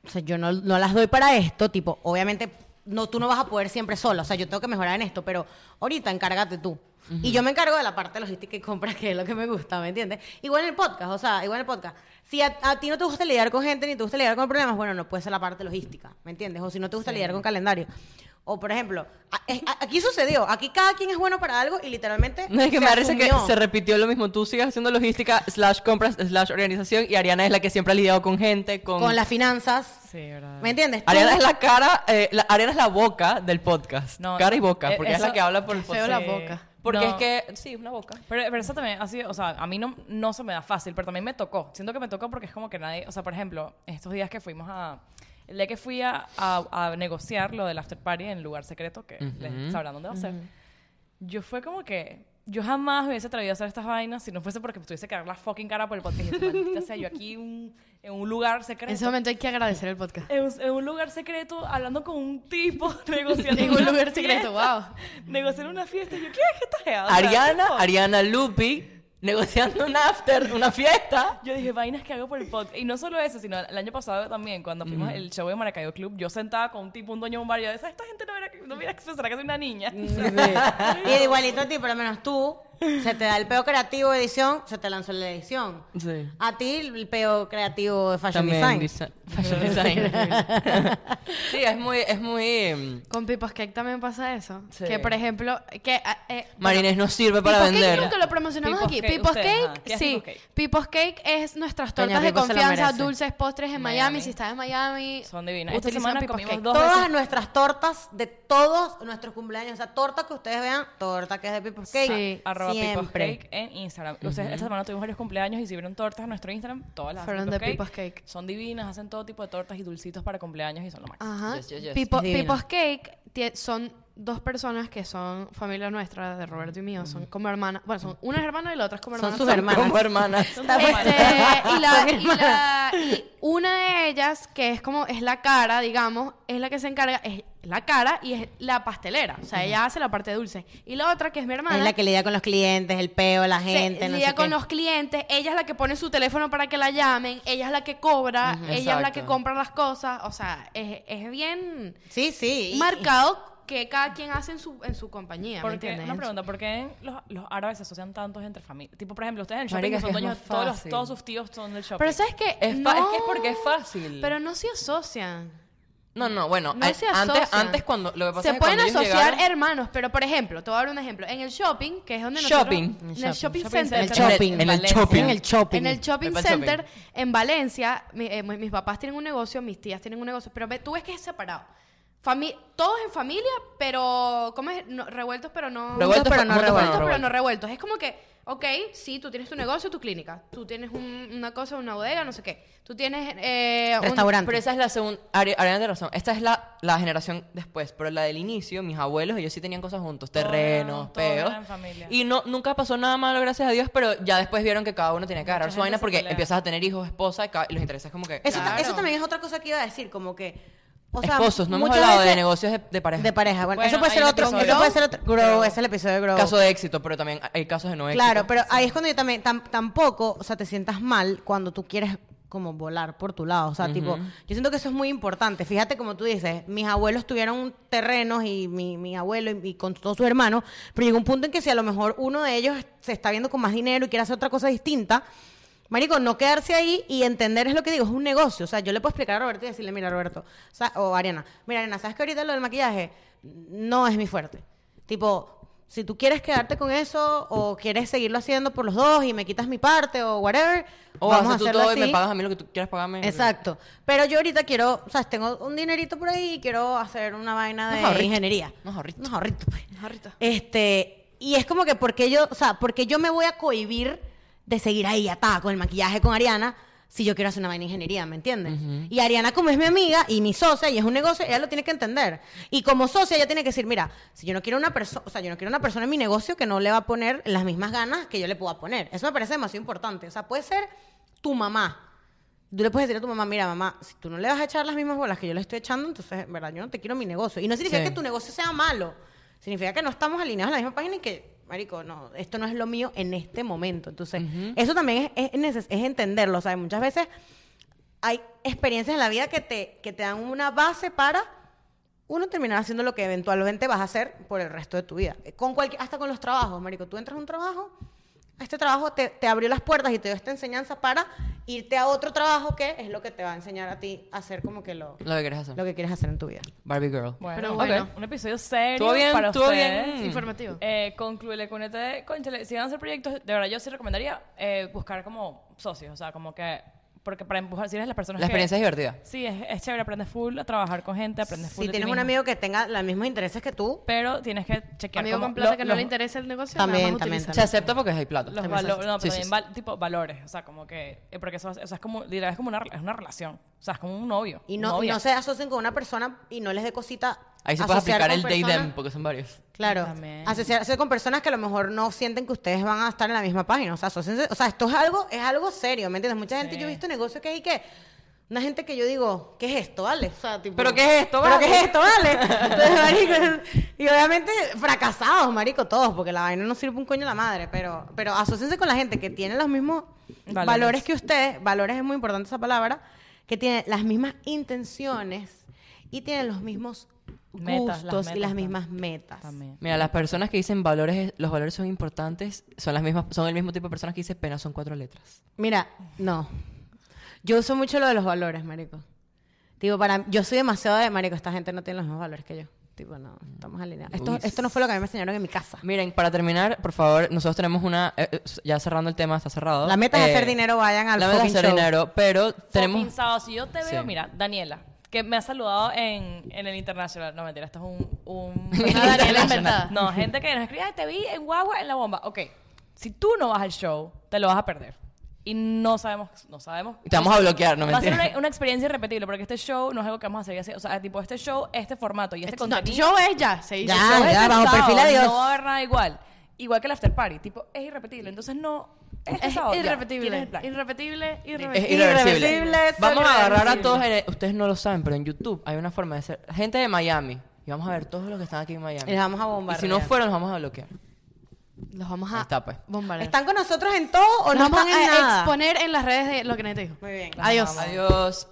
Speaker 1: o sea, yo no, no las doy para esto, tipo, obviamente no, tú no vas a poder siempre sola, o sea, yo tengo que mejorar en esto, pero ahorita encárgate tú. Y yo me encargo de la parte logística y compras, que es lo que me gusta, ¿me entiendes? Igual en el podcast, o sea, igual en el podcast. Si a, a ti no te gusta lidiar con gente ni te gusta lidiar con problemas, bueno, no puede ser la parte logística, ¿me entiendes? O si no te gusta lidiar con calendario. O, por ejemplo, a- es- a- aquí sucedió, aquí cada quien es bueno para algo y literalmente.
Speaker 2: No, es que
Speaker 1: se
Speaker 2: me parece que
Speaker 1: asumió.
Speaker 2: se repitió lo mismo. Tú sigues haciendo logística, slash compras, slash organización. Y Ariana es la que siempre ha lidiado con gente, con.
Speaker 1: con las finanzas.
Speaker 4: Sí, verdad.
Speaker 1: ¿Me entiendes? Tú-
Speaker 2: Ariana es la cara, eh, la- Ariana es la boca del podcast.
Speaker 4: No,
Speaker 2: cara y boca,
Speaker 4: eh,
Speaker 2: porque es
Speaker 4: eso-
Speaker 2: la que habla por el
Speaker 3: feo
Speaker 2: podcast.
Speaker 3: la
Speaker 4: Sí.
Speaker 3: boca.
Speaker 2: Porque
Speaker 4: No.
Speaker 2: es que, sí, una boca.
Speaker 4: Pero, pero eso también ha sido, o sea, a mí no, no se me da fácil, pero también me tocó. Siento que me tocó porque es como que nadie, o sea, por ejemplo, estos días que fuimos a, el día que fui a, a- a negociar lo del after party en lugar secreto, que les sabrán dónde va a ser, yo fue como que, yo jamás me hubiese atrevido a hacer estas vainas si no fuese porque me tuviese que dar la fucking cara por el podcast. Y yo, maldita sea, yo aquí un- en un lugar secreto.
Speaker 3: En ese momento hay que agradecer el podcast.
Speaker 4: En un, en un lugar secreto, hablando con un tipo, negociando.
Speaker 3: En un
Speaker 4: una
Speaker 3: lugar secreto,
Speaker 4: fiesta.
Speaker 3: wow.
Speaker 4: Negociando una fiesta. Y yo, ¿qué es que estás jea? O sea,
Speaker 2: Ariana,
Speaker 4: tipo,
Speaker 2: Ariana Lupi, negociando un after, una fiesta.
Speaker 4: Yo dije, vainas que hago por el podcast. Y no solo eso, sino el año pasado también, cuando fuimos al show de Maracaibo Club, yo sentada con un tipo, un dueño de un bar, y yo decía, esta gente no verá que, no verá que pensará que soy una niña.
Speaker 3: Mm,
Speaker 1: Y igualito a ti, por lo menos tú, se te da el peo creativo de edición, se te lanzó la edición.
Speaker 2: Sí.
Speaker 1: A ti el peo creativo de fashion
Speaker 2: También
Speaker 1: design.
Speaker 2: dise- fashion design. sí, es muy, es muy. mm,
Speaker 3: Con Pipas Cake también pasa eso.
Speaker 2: Sí.
Speaker 3: Que, por ejemplo, que... ah, eh,
Speaker 2: Marines no sirve para
Speaker 3: Pipos
Speaker 2: vender.
Speaker 3: Cake nunca lo promocionamos
Speaker 4: Pipos
Speaker 3: aquí.
Speaker 4: Cake,
Speaker 3: Pipos
Speaker 4: ustedes,
Speaker 3: Cake,
Speaker 4: ajá. ¿Qué es
Speaker 3: sí.
Speaker 4: Pipos Cake?
Speaker 3: Pipos Cake es nuestras
Speaker 1: Doña
Speaker 3: tortas de
Speaker 1: Pipos se lo
Speaker 3: confianza,
Speaker 1: merece.
Speaker 3: dulces, postres en Miami.
Speaker 4: Miami.
Speaker 3: Si estás en Miami,
Speaker 4: Son divinas. Esta
Speaker 3: utilizan
Speaker 4: semana
Speaker 3: Pipos
Speaker 4: comimos
Speaker 3: Cake.
Speaker 4: dos
Speaker 1: Todas
Speaker 4: veces.
Speaker 1: nuestras tortas de todos nuestros cumpleaños, o sea, torta que ustedes vean, torta que es de People's Cake,
Speaker 3: Sí.
Speaker 4: Arroba People's
Speaker 1: siempre.
Speaker 4: Cake en Instagram. Ustedes esta semana tuvimos varios cumpleaños y si vieron tortas en nuestro Instagram, todas las hacen
Speaker 3: Fueron de
Speaker 4: People's
Speaker 3: People's Cake.
Speaker 4: Son divinas, hacen todo tipo de tortas y dulcitos para cumpleaños y son lo máximo.
Speaker 3: Ajá.
Speaker 2: Yes, yes, yes.
Speaker 3: Pipo-
Speaker 1: Es divino.
Speaker 3: Pipos Cake tie- son dos personas que son familia nuestra, de Roberto y mío. Son como hermanas. Bueno, son una es hermana y la otra es como
Speaker 1: Son
Speaker 3: hermana.
Speaker 1: sus hermanas.
Speaker 2: Como hermanas.
Speaker 1: Está bueno.
Speaker 3: Este, y, la, y la- y una de ellas, que es como, es la cara, digamos, es la que se encarga, es la cara y es la pastelera. O sea, ella hace la parte dulce. Y la otra, que es mi hermana,
Speaker 1: Es la que lidia con los clientes, el peo, la
Speaker 3: se
Speaker 1: gente, no
Speaker 3: lidia
Speaker 1: sé
Speaker 3: con
Speaker 1: qué.
Speaker 3: los clientes, ella es la que pone su teléfono para que la llamen, ella es la que cobra, ella es la
Speaker 2: Exacto.
Speaker 3: que compra las cosas. O sea, es, es bien
Speaker 1: Sí, sí. y-
Speaker 3: marcado que cada quien hace en su, en su compañía, ¿me
Speaker 4: Porque,
Speaker 3: entiendes?
Speaker 4: Una
Speaker 3: En su-
Speaker 4: pregunta, ¿por qué los, los árabes se asocian tantos entre familias? Tipo, por ejemplo, ustedes en el shopping
Speaker 2: Marica,
Speaker 4: que
Speaker 2: es
Speaker 4: son
Speaker 2: que es
Speaker 4: dueños de
Speaker 2: más
Speaker 4: todos, los-
Speaker 2: fácil.
Speaker 4: todos sus tíos son del shopping.
Speaker 3: Pero ¿sabes qué?
Speaker 2: Es fa- es que es porque es fácil.
Speaker 3: Pero no se asocian.
Speaker 2: No, no, bueno,
Speaker 3: No
Speaker 2: an-
Speaker 3: se
Speaker 2: antes,
Speaker 3: asocian.
Speaker 2: antes cuando lo que pasa
Speaker 3: se
Speaker 2: es que
Speaker 3: pueden
Speaker 2: cuando ellos
Speaker 3: asociar
Speaker 2: llegaron-
Speaker 3: hermanos, pero por ejemplo, te voy a dar un ejemplo. En el shopping, que es donde
Speaker 2: Shopping.
Speaker 3: nosotros... En el shopping,
Speaker 4: Shopping
Speaker 3: center.
Speaker 1: En el
Speaker 4: En el-
Speaker 1: shopping.
Speaker 4: en el shopping.
Speaker 1: En el shopping.
Speaker 3: En el shopping
Speaker 2: Para el
Speaker 3: center
Speaker 2: shopping.
Speaker 3: en Valencia, mi- eh, mi- mis papás tienen un negocio, mis tías tienen un negocio, pero ve- tú ves que es separado. Fami- todos en familia, pero ¿cómo es? No, revueltos, pero no.
Speaker 2: Revueltos,
Speaker 1: pero no
Speaker 2: juntos,
Speaker 3: Revueltos, pero no revueltos. Es como que, ok, sí, tú tienes tu negocio, tu clínica. Tú tienes un- una cosa, una bodega, no sé qué. Tú tienes. Eh, un-
Speaker 1: Restaurante.
Speaker 2: Pero esa es la segunda. Ari- Ariana tiene razón. Esta es la, la generación después. Pero la del inicio, mis abuelos, ellos sí tenían cosas juntos: terrenos,
Speaker 4: todo
Speaker 2: peos.
Speaker 4: era en familia.
Speaker 2: Y no, nunca pasó nada malo, gracias a Dios. Pero ya después vieron que cada uno tenía que agarrar su
Speaker 4: gente
Speaker 2: vaina
Speaker 4: se
Speaker 2: porque
Speaker 4: pelea.
Speaker 2: empiezas a tener hijos, esposa y, ca- y los intereses como que.
Speaker 1: Eso, ta-
Speaker 2: Claro.
Speaker 1: eso también es otra cosa que iba a decir, como que. O sea,
Speaker 2: Esposos, no hemos
Speaker 1: muchas
Speaker 2: hablado de
Speaker 1: veces-
Speaker 2: negocios de, de pareja.
Speaker 1: De pareja, bueno,
Speaker 4: Bueno,
Speaker 1: eso puede
Speaker 4: hay
Speaker 1: ser
Speaker 4: un
Speaker 1: otro.
Speaker 4: episodio
Speaker 1: Eso
Speaker 4: de
Speaker 1: puede
Speaker 4: Grow.
Speaker 1: ser otro. Grow, es el episodio de Grow.
Speaker 2: Caso de éxito, pero también hay casos de no éxito.
Speaker 1: Claro, pero ahí es cuando yo también tam- tampoco, o sea, te sientas mal cuando tú quieres como volar por tu lado, o sea, tipo, yo siento que eso es muy importante. Fíjate como tú dices, mis abuelos tuvieron terrenos y mi, mi abuelo y, y con todos sus hermanos, pero llegó un punto en que si a lo mejor uno de ellos se está viendo con más dinero y quiere hacer otra cosa distinta, Marico, no quedarse ahí y entender es lo que digo, es un negocio. O sea, yo le puedo explicar a Roberto y decirle, mira, Roberto, o, sea, o Ariana, mira, Ariana, ¿sabes que ahorita lo del maquillaje no es mi fuerte? Tipo, si tú quieres quedarte con eso o quieres seguirlo haciendo por los dos y me quitas mi parte o whatever,
Speaker 2: O
Speaker 1: vamos a
Speaker 2: haces tú
Speaker 1: hacerlo
Speaker 2: todo
Speaker 1: así.
Speaker 2: y me pagas a mí lo que tú quieras pagarme.
Speaker 1: Exacto. Pero yo ahorita quiero, o sea, tengo un dinerito por ahí y quiero hacer una vaina
Speaker 2: Unos
Speaker 1: de
Speaker 2: ahorritos.
Speaker 1: ingeniería.
Speaker 2: Unos ahorritos.
Speaker 1: Unos ahorritos, pues. Este, y es como que porque yo, o sea, porque yo me voy a cohibir de seguir ahí atada con el maquillaje con Ariana si yo quiero hacer una vaina de ingeniería, ¿me entiendes? Y Ariana, como es mi amiga y mi socia y es un negocio, ella lo tiene que entender. Y como socia, ella tiene que decir, mira, si yo no quiero una persona, o sea, yo no quiero una persona en mi negocio que no le va a poner las mismas ganas que yo le pueda poner. Eso me parece demasiado importante. O sea, puede ser tu mamá, Tú le puedes decir a tu mamá, mira, mamá, si tú no le vas a echar las mismas bolas que yo le estoy echando, entonces, en verdad, yo no te quiero mi negocio. Y no significa
Speaker 2: Sí.
Speaker 1: que tu negocio sea malo. Significa que no estamos alineados en la misma página y que, marico, no, esto no es lo mío en este momento. Entonces, eso también es, es neces- es entenderlo. ¿sabes? muchas veces hay experiencias en la vida que te, que te dan una base para uno terminar haciendo lo que eventualmente vas a hacer por el resto de tu vida. Eh, Con cualquier, hasta con los trabajos, marico. Tú entras a un trabajo, este trabajo te, te abrió las puertas y te dio esta enseñanza para irte a otro trabajo que es lo que te va a enseñar a ti a hacer como que lo,
Speaker 2: Lo que quieres hacer.
Speaker 1: lo que quieres hacer en tu vida.
Speaker 2: Barbie Girl.
Speaker 4: Bueno,
Speaker 3: Pero
Speaker 4: ok.
Speaker 3: bueno.
Speaker 4: un episodio serio
Speaker 2: Estuvo bien,
Speaker 4: para
Speaker 2: estuvo
Speaker 4: ustedes.
Speaker 2: bien.
Speaker 3: Informativo.
Speaker 4: Eh, concluirle con este, cónchale, si van a hacer proyectos, de verdad yo sí recomendaría eh, buscar como socios, o sea, como que, porque para empujar, si eres las personas
Speaker 2: La
Speaker 4: que-
Speaker 2: experiencia es divertida.
Speaker 4: Sí, es, es chévere, aprendes full a trabajar con gente, aprendes full
Speaker 1: Si
Speaker 4: de ti
Speaker 1: tienes un
Speaker 4: mismo.
Speaker 1: amigo que tenga los mismos intereses que tú,
Speaker 4: Pero tienes que chequear
Speaker 3: Amigo
Speaker 4: como
Speaker 3: con plata
Speaker 4: lo-
Speaker 3: que no
Speaker 4: los-
Speaker 3: le interesa el negocio.
Speaker 1: También,
Speaker 3: nada más
Speaker 1: también,
Speaker 3: utiliza.
Speaker 2: Se acepta porque hay plata.
Speaker 4: Los
Speaker 2: También se
Speaker 4: valores, no,
Speaker 2: acepta.
Speaker 4: pero
Speaker 2: Sí, sí,
Speaker 4: también val- tipo valores, o sea, como que, eh, porque eso, es- o sea, es como, literal, es como una, es una relación, o sea, es como un novio.
Speaker 1: y no, y
Speaker 4: novia.
Speaker 1: no se asocien con una persona y no les dé cosita.
Speaker 2: sí. Ahí se puede
Speaker 1: asociar
Speaker 2: aplicar
Speaker 1: con
Speaker 2: el day
Speaker 1: personas-
Speaker 2: them porque son varios.
Speaker 1: Claro,
Speaker 4: También.
Speaker 1: asociarse con personas que a lo mejor no sienten que ustedes van a estar en la misma página. O sea, asóciense- o sea esto es algo, es algo serio, ¿me entiendes? Mucha gente, yo he visto negocios que hay que. Una gente que yo digo, ¿qué es esto, vale? O sea, tipo,
Speaker 2: ¿Pero qué es esto,
Speaker 1: ¿Pero
Speaker 2: vale?
Speaker 1: qué es esto, vale? Entonces, marico, y obviamente fracasados, marico, todos, porque la vaina no sirve un coño a la madre, pero, pero asóciense con la gente que tiene los mismos valores,
Speaker 4: Valores.
Speaker 1: que ustedes, valores es muy importante esa palabra, que tiene las mismas intenciones y tienen los mismos
Speaker 4: Metas, las
Speaker 1: gustos y
Speaker 4: metas
Speaker 1: las
Speaker 4: tam-
Speaker 1: mismas metas.
Speaker 4: También.
Speaker 2: Mira, las personas que dicen valores, es- los valores son importantes, son las mismas, son el mismo tipo de personas que dicen penas, son cuatro letras.
Speaker 1: Mira, no. Yo uso mucho lo de los valores, marico. Tipo, para yo soy demasiado de marico, esta gente no tiene los mismos valores que yo. Tipo, no, estamos alineados. Esto,
Speaker 2: Uy.
Speaker 1: esto no fue lo que a mí me enseñaron en mi casa.
Speaker 2: Miren, para terminar, por favor, nosotros tenemos una, eh, eh, ya cerrando el tema, está cerrado.
Speaker 1: La meta es
Speaker 2: Eh,
Speaker 1: hacer dinero, vayan al
Speaker 2: La meta es
Speaker 1: fucking
Speaker 2: hacer
Speaker 1: show.
Speaker 2: dinero, pero
Speaker 4: Tenemos...
Speaker 2: tenemos...
Speaker 4: Si yo te veo,
Speaker 2: Sí.
Speaker 4: mira, Daniela, que me ha saludado en, en el internacional. No, mentira, esto es un... un...
Speaker 3: Una Daniela inventada.
Speaker 4: No, gente que nos escribe, "Ay, te vi en Guagua, en la bomba. Ok, si tú no vas al show, te lo vas a perder. Y no sabemos, no sabemos.
Speaker 2: Te vamos a bloquear, no
Speaker 4: Va a ser
Speaker 2: mentira.
Speaker 4: una, una experiencia irrepetible, porque este show no es algo que vamos a hacer así. O sea, tipo, este show, este formato y este
Speaker 3: No,
Speaker 4: contenido.
Speaker 3: yo es ya, se hizo.
Speaker 1: Ya,
Speaker 4: el show es
Speaker 1: ya,
Speaker 4: el
Speaker 1: bajo
Speaker 4: este sábado,
Speaker 1: perfil, adiós.
Speaker 4: No va a haber nada igual. Igual que el after party, tipo, es irrepetible. Entonces no... Este
Speaker 3: Es
Speaker 4: sábado, ya, tienes
Speaker 3: irrepetible.
Speaker 4: el plan.
Speaker 3: Irrepetible,
Speaker 2: Es
Speaker 3: irrepetible.
Speaker 2: irreversible.
Speaker 1: irreversible,
Speaker 2: Vamos
Speaker 1: soy
Speaker 2: a agarrar a
Speaker 1: irreversible.
Speaker 2: todos, en el- ustedes no lo saben, pero en YouTube hay una forma de ser gente de Miami y vamos a ver todos los que están aquí en Miami.
Speaker 1: Y les vamos a
Speaker 2: y
Speaker 1: bombardear.
Speaker 2: si no fueron, los vamos a bloquear.
Speaker 3: Los vamos
Speaker 2: Ahí
Speaker 3: a
Speaker 2: está, pues.
Speaker 3: bombardear.
Speaker 1: ¿Están con nosotros en todo o
Speaker 3: Los
Speaker 1: no
Speaker 3: vamos
Speaker 1: están en
Speaker 3: a
Speaker 1: nada?
Speaker 3: exponer en las redes de lo que nadie te dijo.
Speaker 1: Muy bien.
Speaker 3: Adiós.
Speaker 2: Adiós.